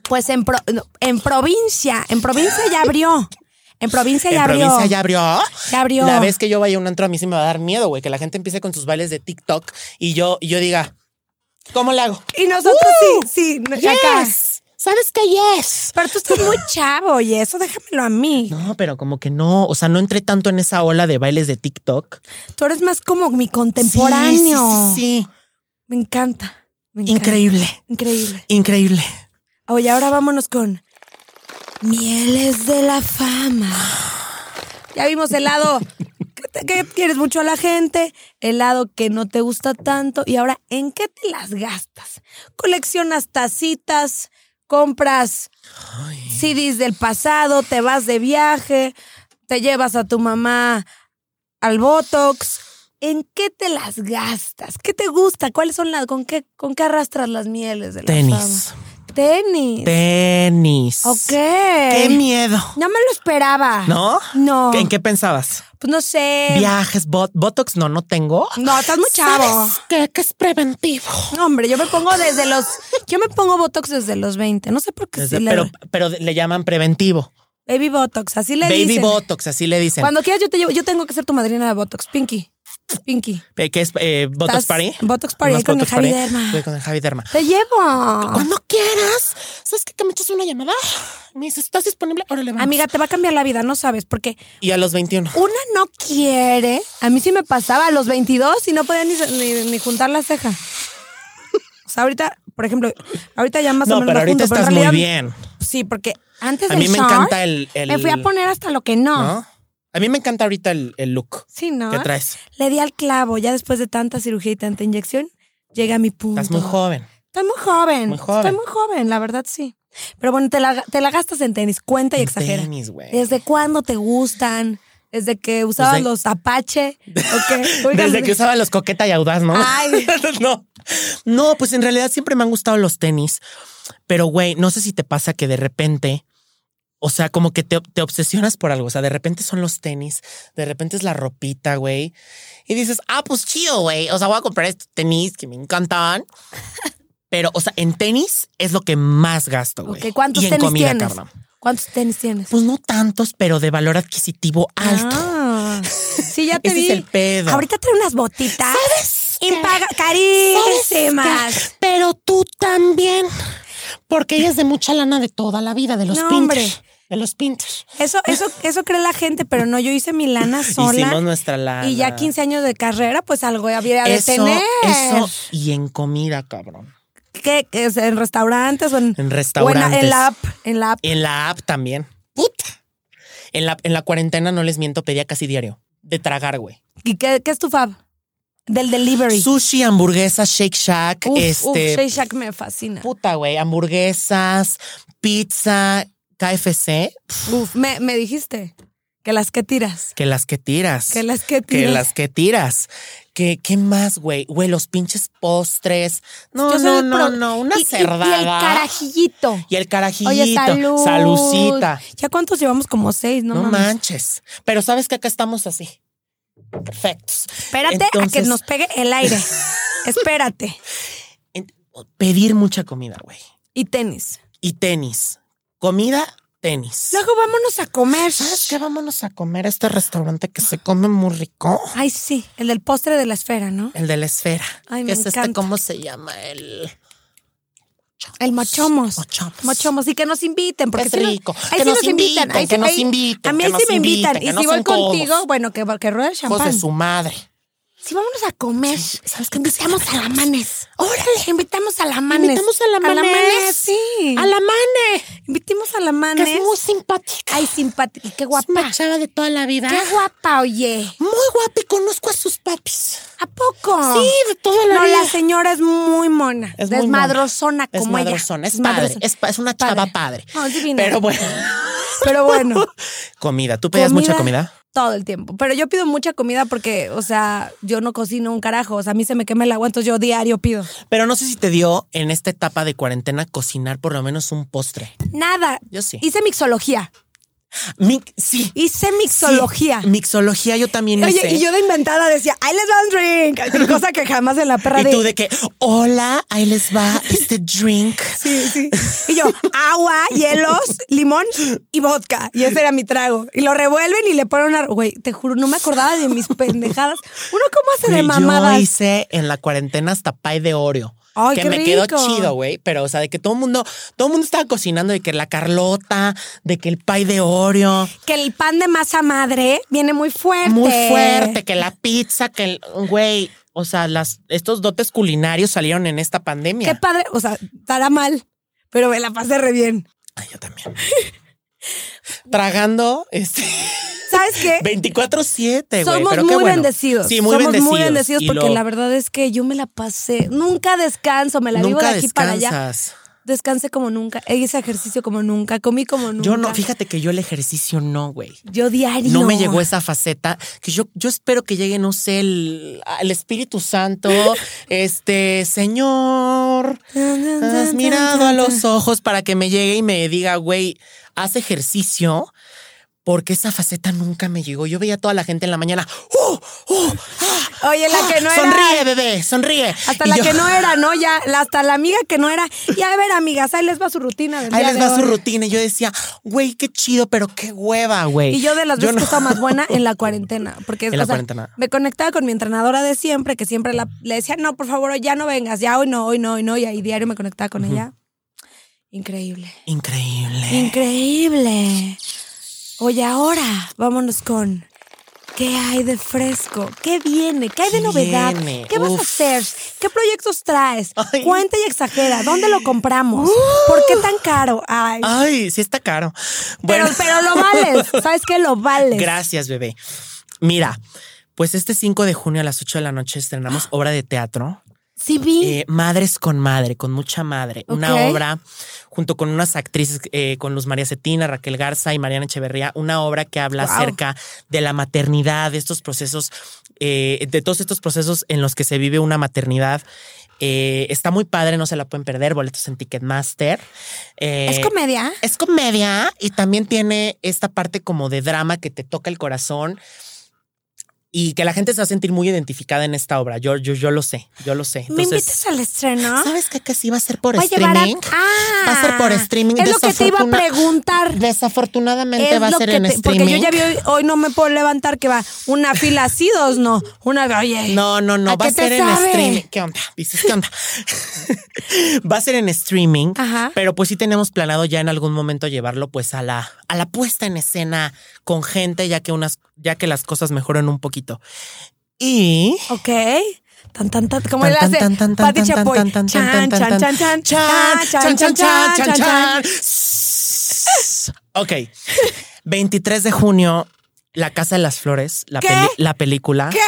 Speaker 1: Pues en, pro- no, en provincia, en provincia ya abrió. En provincia ya
Speaker 2: en
Speaker 1: abrió.
Speaker 2: provincia ya abrió.
Speaker 1: Ya abrió.
Speaker 2: La vez que yo vaya a un antro a mí sí me va a dar miedo, güey, que la gente empiece con sus bailes de TikTok y yo, y yo diga, ¿cómo le hago?
Speaker 1: Y nosotros
Speaker 2: ¡Uh!
Speaker 1: sí, sí, acá.
Speaker 2: Yes. ¿Sabes qué? Yes.
Speaker 1: Pero tú estás muy chavo y eso déjamelo a mí.
Speaker 2: No, pero como que no, o sea, no entré tanto en esa ola de bailes de TikTok.
Speaker 1: Tú eres más como mi
Speaker 2: Sí, sí,
Speaker 1: contemporáneo.
Speaker 2: Sí, sí,
Speaker 1: Me encanta. me encanta.
Speaker 2: Increíble,
Speaker 1: Increíble.
Speaker 2: increíble.
Speaker 1: Oye, ahora vámonos con Mieles de la Fama. Ya vimos el lado que, te- que quieres mucho a la gente, el lado que no te gusta tanto y ahora ¿en qué te las gastas? Coleccionas tacitas, compras CDs del pasado, te vas de viaje, te llevas a tu mamá al Botox. ¿En qué te las gastas? ¿Qué te gusta? ¿Cuáles son las? ¿Con qué, con qué arrastras las mieles de la fama?
Speaker 2: Tenis.
Speaker 1: Tenis.
Speaker 2: Tenis.
Speaker 1: ok.
Speaker 2: Qué miedo.
Speaker 1: no me lo esperaba.
Speaker 2: ¿No?
Speaker 1: No.
Speaker 2: ¿En qué pensabas?
Speaker 1: Pues no sé.
Speaker 2: Viajes, bot- botox, no, no tengo.
Speaker 1: No, estás muy chavo.
Speaker 2: ¿Sabes qué? Que es preventivo.
Speaker 1: No, hombre, yo me pongo desde los. Yo me pongo Botox desde los 20. No sé por qué.
Speaker 2: Desde-
Speaker 1: sí le-
Speaker 2: pero, pero le llaman preventivo.
Speaker 1: baby Botox, así le
Speaker 2: Baby
Speaker 1: dicen.
Speaker 2: botox, así le dicen.
Speaker 1: Cuando quieras, yo te llevo. Yo tengo que ser tu madrina de Botox. Pinky. Pinky.
Speaker 2: Eh, ¿Qué es eh, botox
Speaker 1: Estás-
Speaker 2: party?
Speaker 1: Botox party,
Speaker 2: Unos
Speaker 1: ahí con el
Speaker 2: botox
Speaker 1: Javi
Speaker 2: party.
Speaker 1: Derma.
Speaker 2: Voy con el Javi Derma.
Speaker 1: Te llevo.
Speaker 2: Cuando quieras, ¿sabes qué? Que me echas una llamada. Me dices, ¿estás disponible? Órale, vamos.
Speaker 1: Amiga, te va a cambiar la vida, no sabes, porque
Speaker 2: Y a los 21.
Speaker 1: una no quiere. A mí sí me pasaba a los 22 y no podía ni, ni- ni juntar la ceja. O sea, ahorita, por ejemplo, ahorita ya más o
Speaker 2: No,
Speaker 1: menos
Speaker 2: pero
Speaker 1: la
Speaker 2: ahorita
Speaker 1: junto, pero en
Speaker 2: estás muy
Speaker 1: realidad-
Speaker 2: bien.
Speaker 1: Sí, porque antes
Speaker 2: A
Speaker 1: del
Speaker 2: mí me
Speaker 1: short,
Speaker 2: encanta el. el-
Speaker 1: me fui a poner hasta lo que no.
Speaker 2: ¿no? A mí me encanta ahorita el, el look
Speaker 1: Sí, ¿no?
Speaker 2: que traes.
Speaker 1: Le di al clavo, ya después de tanta cirugía y tanta inyección, llega a mi punto.
Speaker 2: Estás muy joven.
Speaker 1: Estoy muy joven.
Speaker 2: Muy joven.
Speaker 1: Estoy muy joven, la verdad sí. Pero bueno, te la, te la gastas en tenis, cuenta y
Speaker 2: En
Speaker 1: exagera.
Speaker 2: tenis, güey.
Speaker 1: ¿Desde cuándo te gustan? ¿Desde que usabas
Speaker 2: Eh. Desde-
Speaker 1: los Apache? Ok, oigan, Ah,
Speaker 2: Desde que usaba los coqueta y audaz, ¿no?
Speaker 1: Ay.
Speaker 2: no. No, pues en realidad siempre me han gustado los tenis. Pero, güey, no sé si te pasa que de repente O sea, como que te, te obsesionas por algo. O sea, de repente son los tenis, de repente es la ropita, güey. Y dices, ah, pues chido, güey. O sea, voy a comprar estos tenis que me encantan. Pero, o sea, en tenis es lo que más gasto, güey.
Speaker 1: Ok, ¿cuántos
Speaker 2: Y en
Speaker 1: tenis
Speaker 2: comida,
Speaker 1: tienes?
Speaker 2: cabrón.
Speaker 1: ¿Cuántos tenis tienes?
Speaker 2: Pues no tantos, pero de valor adquisitivo alto.
Speaker 1: Ah, sí, ya te
Speaker 2: Ese
Speaker 1: vi.
Speaker 2: es el pedo.
Speaker 1: Ahorita trae unas botitas impaga- carísimas.
Speaker 2: Pero tú también. Porque ella es de mucha lana de toda la vida, de los
Speaker 1: No,
Speaker 2: Pinter.
Speaker 1: hombre.
Speaker 2: De los Pinter.
Speaker 1: Eso, eso, eso cree la gente, pero no, yo hice mi lana
Speaker 2: Hicimos
Speaker 1: sola.
Speaker 2: nuestra lana.
Speaker 1: Y ya 15 años de carrera, pues algo había de
Speaker 2: eso,
Speaker 1: tener.
Speaker 2: eso y en comida, cabrón.
Speaker 1: ¿Qué, qué es? ¿En restaurantes o en,
Speaker 2: En
Speaker 1: o en,
Speaker 2: restaurantes.
Speaker 1: la- en la app? En la app.
Speaker 2: En la app también. Puta. En la, en la cuarentena, no les miento, pedía casi diario. De tragar, güey.
Speaker 1: ¿Y qué, qué es tu fab? Del delivery.
Speaker 2: Sushi, hamburguesas, Shake Shack,
Speaker 1: Uf, uf,
Speaker 2: este.
Speaker 1: Shake Shack me fascina.
Speaker 2: puta, güey. Hamburguesas, pizza, KFC,
Speaker 1: Uf, me, me dijiste que las que tiras.
Speaker 2: que las que tiras.
Speaker 1: Que las que
Speaker 2: que
Speaker 1: tiras.
Speaker 2: las que tiras. ¿Qué, qué más, güey? Güey, los pinches postres. No,
Speaker 1: Yo soy
Speaker 2: no,
Speaker 1: el
Speaker 2: no,
Speaker 1: pro-
Speaker 2: no. Una
Speaker 1: y- y-
Speaker 2: cerdada.
Speaker 1: Y, el carajillito.
Speaker 2: Y el carajillito.
Speaker 1: Oye, salud.
Speaker 2: Salucita.
Speaker 1: ¿Ya cuántos llevamos? Como seis, ¿no?
Speaker 2: No,
Speaker 1: mames.
Speaker 2: manches. Pero sabes que acá estamos así. Perfectos.
Speaker 1: Espérate a que
Speaker 2: Entonces-
Speaker 1: nos pegue el aire. Espérate.
Speaker 2: En- pedir mucha comida, güey.
Speaker 1: Y tenis.
Speaker 2: Y tenis. Comida, tenis.
Speaker 1: Luego vámonos a comer.
Speaker 2: ¿Sabes qué? Vámonos a comer a este restaurante que se come muy rico.
Speaker 1: Ay, sí. El del postre de la esfera, ¿no?
Speaker 2: El de la esfera.
Speaker 1: Ay,
Speaker 2: que
Speaker 1: me
Speaker 2: es
Speaker 1: encanta.
Speaker 2: este, ¿cómo se llama? El.
Speaker 1: El mochomos.
Speaker 2: Mochomos.
Speaker 1: Mochomos. Y que nos inviten. Porque
Speaker 2: Pues, Es
Speaker 1: sí nos-
Speaker 2: rico.
Speaker 1: ahí
Speaker 2: Que
Speaker 1: sí
Speaker 2: nos
Speaker 1: nos invitan.
Speaker 2: inviten,
Speaker 1: ahí sí-
Speaker 2: que nos
Speaker 1: ahí-
Speaker 2: inviten,
Speaker 1: A mí
Speaker 2: que
Speaker 1: ahí sí
Speaker 2: nos
Speaker 1: me
Speaker 2: invitan,
Speaker 1: invitan.
Speaker 2: que
Speaker 1: Y
Speaker 2: no
Speaker 1: si voy
Speaker 2: son codos.
Speaker 1: contigo, bueno, que, que rueda el
Speaker 2: Hijos
Speaker 1: champán.
Speaker 2: de su madre.
Speaker 1: Sí, vámonos a comer.
Speaker 2: ¿sabes qué?
Speaker 1: Invitamos a la manes. Órale. Invitamos a la manes.
Speaker 2: Invitamos a la Manes.
Speaker 1: sí.
Speaker 2: A la mane.
Speaker 1: Invitemos a la manes.
Speaker 2: Que es muy simpática.
Speaker 1: Ay, simpática. Qué
Speaker 2: Es una
Speaker 1: guapa.
Speaker 2: chava de toda la vida.
Speaker 1: Qué guapa, oye.
Speaker 2: Muy guapa y conozco a sus papis.
Speaker 1: ¿A poco?
Speaker 2: Sí, de toda la
Speaker 1: Oh. No,
Speaker 2: vida.
Speaker 1: la señora es muy mona.
Speaker 2: Es muy
Speaker 1: desmadrozona
Speaker 2: Es
Speaker 1: como
Speaker 2: madrozona,
Speaker 1: ella.
Speaker 2: es padre,
Speaker 1: Desmadrozona.
Speaker 2: es, pa- es una chava padre.
Speaker 1: No, es divina.
Speaker 2: Pero bueno,
Speaker 1: Pero bueno.
Speaker 2: comida. ¿Tú pedías mucha comida?
Speaker 1: Todo el tiempo. Pero yo pido mucha comida porque, o sea, yo no cocino un carajo. O sea, a mí se me quema el agua, entonces yo diario pido.
Speaker 2: Pero no sé si te dio en esta etapa de cuarentena cocinar por lo menos un postre.
Speaker 1: Nada.
Speaker 2: Yo sí.
Speaker 1: Hice mixología.
Speaker 2: Mi- sí.
Speaker 1: Hice mixología.
Speaker 2: Sí, mixología yo también hice.
Speaker 1: Oye, y yo de inventada decía, ahí les va un drink. Cosa que jamás en la perra
Speaker 2: Y tú de que, hola, ahí les va este drink.
Speaker 1: Sí, sí. Y yo, agua, hielos, limón y vodka. Y ese era mi trago. Y lo revuelven y le ponen una. Güey, te juro, no me acordaba de mis pendejadas. Uno, ¿cómo hace de
Speaker 2: Güey, Yo
Speaker 1: mamadas?
Speaker 2: hice en la cuarentena hasta pay de Oreo.
Speaker 1: Ay,
Speaker 2: que
Speaker 1: qué
Speaker 2: me quedó
Speaker 1: rico.
Speaker 2: chido, güey. Pero, o sea, de que todo el mundo, todo el mundo estaba cocinando, de que la Carlota, de que el pay de Oreo,
Speaker 1: Que el pan de masa madre viene muy fuerte.
Speaker 2: muy fuerte, que la pizza, que el, güey. O sea, las, estos dotes culinarios salieron en esta
Speaker 1: Qué
Speaker 2: pandemia.
Speaker 1: padre. O sea, estará mal, pero me la pasé re bien.
Speaker 2: Ay, yo también. Tragando este
Speaker 1: ¿Sabes qué?
Speaker 2: 24-7, güey.
Speaker 1: Somos
Speaker 2: pero
Speaker 1: muy
Speaker 2: qué bueno.
Speaker 1: bendecidos.
Speaker 2: Sí, muy
Speaker 1: Somos
Speaker 2: bendecidos.
Speaker 1: muy bendecidos
Speaker 2: Y
Speaker 1: porque
Speaker 2: lo-
Speaker 1: la verdad es que yo me la pasé. Nunca descanso, me la vivo de
Speaker 2: nunca
Speaker 1: aquí para allá.
Speaker 2: descansas.
Speaker 1: Descansé como nunca, hice ejercicio como nunca, comí como nunca.
Speaker 2: Yo no, fíjate que yo el ejercicio no, güey.
Speaker 1: Yo diario.
Speaker 2: No me llegó esa faceta que yo, yo espero que llegue, no sé, el, al Espíritu Santo. este, Señor, has mirado a los ojos para que me llegue y me diga, güey, haz ejercicio. Porque esa faceta nunca me llegó. Yo veía a toda la gente en la mañana. ¡Uh! ¡Uh! ¡Ah!
Speaker 1: Oye, la que no
Speaker 2: ¡Ah!
Speaker 1: era.
Speaker 2: Sonríe, bebé, sonríe.
Speaker 1: Hasta
Speaker 2: Y
Speaker 1: la
Speaker 2: yo-
Speaker 1: que no era, ¿no? Ya, la- hasta la amiga que no era. Y a ver, amigas, ahí les va su rutina. del
Speaker 2: Ahí
Speaker 1: día
Speaker 2: les
Speaker 1: de
Speaker 2: va su
Speaker 1: hoy.
Speaker 2: rutina. Y yo decía, güey, qué chido, pero qué hueva, güey.
Speaker 1: Y yo de las veces
Speaker 2: no-
Speaker 1: que estaba más buena en la cuarentena. Porque
Speaker 2: En
Speaker 1: o
Speaker 2: la
Speaker 1: sea,
Speaker 2: cuarentena.
Speaker 1: me conectaba con mi entrenadora de siempre, que siempre la- le decía, no, por favor, hoy ya no vengas, ya hoy no, hoy no, hoy no. Y ahí diario me conectaba con ella. Increíble.
Speaker 2: Increíble.
Speaker 1: Increíble. Oye, ahora vámonos con ¿qué hay de fresco? ¿Qué viene? ¿Qué hay de
Speaker 2: ¿Qué
Speaker 1: novedad?
Speaker 2: viene?
Speaker 1: ¿Qué vas a
Speaker 2: Uf.
Speaker 1: hacer? ¿Qué proyectos traes?
Speaker 2: Ay.
Speaker 1: Cuenta y exagera. ¿Dónde lo compramos? ¿Por qué tan caro? Ay.
Speaker 2: Ay, sí está caro.
Speaker 1: Pero,
Speaker 2: Ah, Bueno,
Speaker 1: pero lo vales. ¿Sabes qué? Lo vales.
Speaker 2: gracias, bebé.
Speaker 1: ¡Ah!
Speaker 2: Mira, pues este 5 de junio a las 8 de la noche estrenamos obra de teatro
Speaker 1: Sí vi.
Speaker 2: eh, Madres con Madre, con mucha madre.
Speaker 1: Ok.
Speaker 2: Una obra junto con unas actrices, eh, con Luz María Cetina, Raquel Garza y Mariana Echeverría, una obra que habla
Speaker 1: Wow.
Speaker 2: acerca de la maternidad, de estos procesos, eh, de todos estos procesos en los que se vive una maternidad. Eh, está muy padre, no se la pueden perder, boletos en Ticketmaster. Eh,
Speaker 1: ¿Es comedia?
Speaker 2: es comedia y también tiene esta parte como de drama que te toca el corazón y que la gente se va a sentir muy identificada en esta obra. Yo, yo, yo lo sé, yo lo sé.
Speaker 1: ¿Me
Speaker 2: Entonces,
Speaker 1: invitas al estreno?
Speaker 2: ¿sabes qué? Que sí va a ser por
Speaker 1: Va a llevar a...
Speaker 2: streaming.
Speaker 1: Ah,
Speaker 2: Va a ser por streaming.
Speaker 1: Es lo que te iba a
Speaker 2: Desafortuna-
Speaker 1: preguntar.
Speaker 2: Desafortunadamente
Speaker 1: Es
Speaker 2: va a
Speaker 1: lo
Speaker 2: ser
Speaker 1: que
Speaker 2: en
Speaker 1: te-
Speaker 2: streaming.
Speaker 1: Porque yo ya vi hoy, hoy no me puedo levantar que va una fila así, dos no. Una, oye.
Speaker 2: No, no, no,
Speaker 1: ¿A
Speaker 2: va a
Speaker 1: qué te
Speaker 2: ser en
Speaker 1: sabe?
Speaker 2: streaming. ¿Qué onda? Dices, ¿qué onda? va a ser en streaming,
Speaker 1: Ajá.
Speaker 2: pero pues sí tenemos planeado ya en algún momento llevarlo pues a la, a la puesta en escena con gente, ya que unas, ya que las cosas mejoran un poquito. Y
Speaker 1: Ok. Tan, tan, tan. Como
Speaker 2: Tan,
Speaker 1: él
Speaker 2: tan,
Speaker 1: hace
Speaker 2: tan, tan, tan,
Speaker 1: Pati
Speaker 2: tan,
Speaker 1: Chapoy.
Speaker 2: tan, tan,
Speaker 1: Chan, chan,
Speaker 2: tan, tan,
Speaker 1: chan, chan, chan,
Speaker 2: tan, chan, chan, chan, chan, chan,
Speaker 1: chan.
Speaker 2: chan. Ok. 23 de junio, La Casa de las Flores, la,
Speaker 1: ¿Qué?
Speaker 2: peli- la película.
Speaker 1: ¿Qué?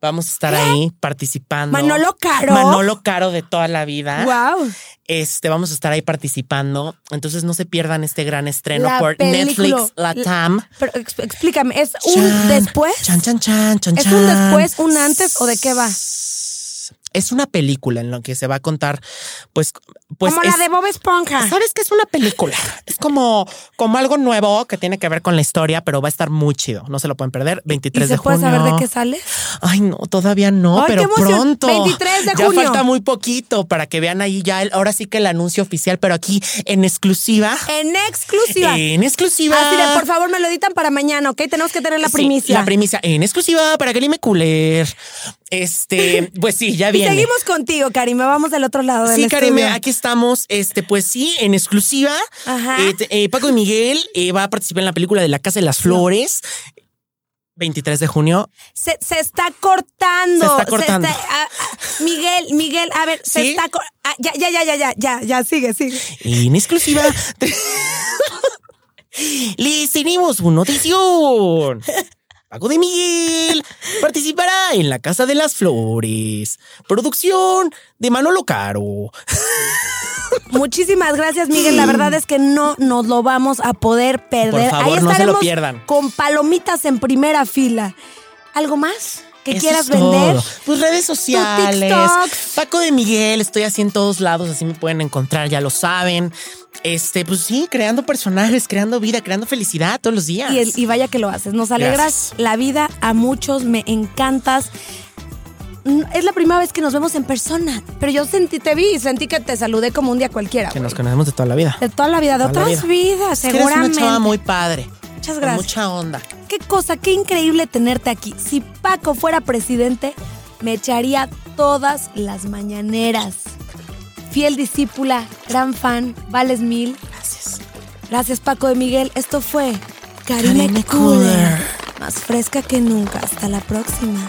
Speaker 2: Vamos a estar ahí participando.
Speaker 1: Manolo Caro.
Speaker 2: Manolo Caro de toda la vida.
Speaker 1: Wow.
Speaker 2: Este, vamos a estar ahí participando. Entonces no se pierdan este gran estreno
Speaker 1: La
Speaker 2: por
Speaker 1: película.
Speaker 2: Netflix, Latam.
Speaker 1: Pero ex- explícame, ¿es un
Speaker 2: Chan,
Speaker 1: después?
Speaker 2: Chan, chan, chan, chan,
Speaker 1: ¿Es un
Speaker 2: chan.
Speaker 1: después, un antes o de qué va?
Speaker 2: Es una película en la que se va a contar, pues, pues.
Speaker 1: Como
Speaker 2: es-
Speaker 1: la de Bob Esponja.
Speaker 2: Sabes que es una película. Es como, como algo nuevo que tiene que ver con la historia, pero va a estar muy chido. No se lo pueden perder. 23
Speaker 1: ¿Y se
Speaker 2: de
Speaker 1: puede
Speaker 2: junio.
Speaker 1: saber de qué sale?
Speaker 2: Ay, no, todavía no,
Speaker 1: Ay, qué
Speaker 2: pero
Speaker 1: emoción.
Speaker 2: pronto.
Speaker 1: 23 de
Speaker 2: ya
Speaker 1: junio.
Speaker 2: falta muy poquito para que vean ahí ya. el- ahora sí que el anuncio oficial, pero aquí en exclusiva.
Speaker 1: En exclusiva.
Speaker 2: En exclusiva.
Speaker 1: Así de, por favor, me lo editan para mañana, ¿ok? Tenemos que tener la
Speaker 2: Ah. Sí,
Speaker 1: primicia.
Speaker 2: la primicia en exclusiva para que dime culer. Este, pues sí, ya
Speaker 1: y
Speaker 2: viene.
Speaker 1: seguimos contigo, Karime. Vamos del otro lado del
Speaker 2: Sí, Karime,
Speaker 1: estudio.
Speaker 2: aquí estamos. Este, pues sí, en exclusiva.
Speaker 1: Ajá.
Speaker 2: Eh, te- eh, Paco y Miguel eh, va a participar en la película de La Casa de las Flores. 23 de junio.
Speaker 1: Se, se está cortando.
Speaker 2: Se está cortando.
Speaker 1: ah, ah, Miguel, Miguel, a ver, se
Speaker 2: ¿Sí?
Speaker 1: está cor- ah, ya, ya, ya, ya, ya, ya, ya, sigue, sigue.
Speaker 2: En exclusiva. Les tenemos una notición. Paco de Miguel participará en La Casa de las Flores. Producción de Manolo Caro.
Speaker 1: Muchísimas gracias, Miguel. La verdad es que no nos lo vamos a poder perder.
Speaker 2: Por favor,
Speaker 1: Ahí
Speaker 2: no se lo
Speaker 1: estaremos
Speaker 2: pierdan.
Speaker 1: Con palomitas en primera fila. ¿Algo más que
Speaker 2: Eso
Speaker 1: quieras
Speaker 2: es todo.
Speaker 1: vender?
Speaker 2: Pues redes sociales.
Speaker 1: TikToks.
Speaker 2: Paco de Miguel, estoy así en todos lados, así me pueden encontrar, ya lo saben. Este, pues sí, creando personajes, creando vida, creando felicidad todos los días.
Speaker 1: Y, el- y vaya que lo haces. Nos alegras
Speaker 2: Gracias.
Speaker 1: la vida a muchos. Me encantas. Mm, Es la primera vez que nos vemos en persona, pero yo sentí, te vi y sentí que te saludé como un día cualquiera.
Speaker 2: que
Speaker 1: güey.
Speaker 2: nos conocemos de toda la vida.
Speaker 1: De toda la vida, de
Speaker 2: Toda la
Speaker 1: otras vidas,
Speaker 2: Es que eres una
Speaker 1: seguramente.
Speaker 2: chava muy padre.
Speaker 1: Muchas
Speaker 2: con
Speaker 1: gracias.
Speaker 2: Mucha onda.
Speaker 1: Qué cosa, qué increíble tenerte aquí. Si Paco fuera presidente, me echaría todas las mañaneras. Fiel discípula, gran fan, vales mil.
Speaker 2: Gracias.
Speaker 1: Gracias Paco de Miguel. Esto fue Karina
Speaker 2: Karime
Speaker 1: Cooler.
Speaker 2: Cooler.
Speaker 1: Más fresca que nunca. Hasta la próxima.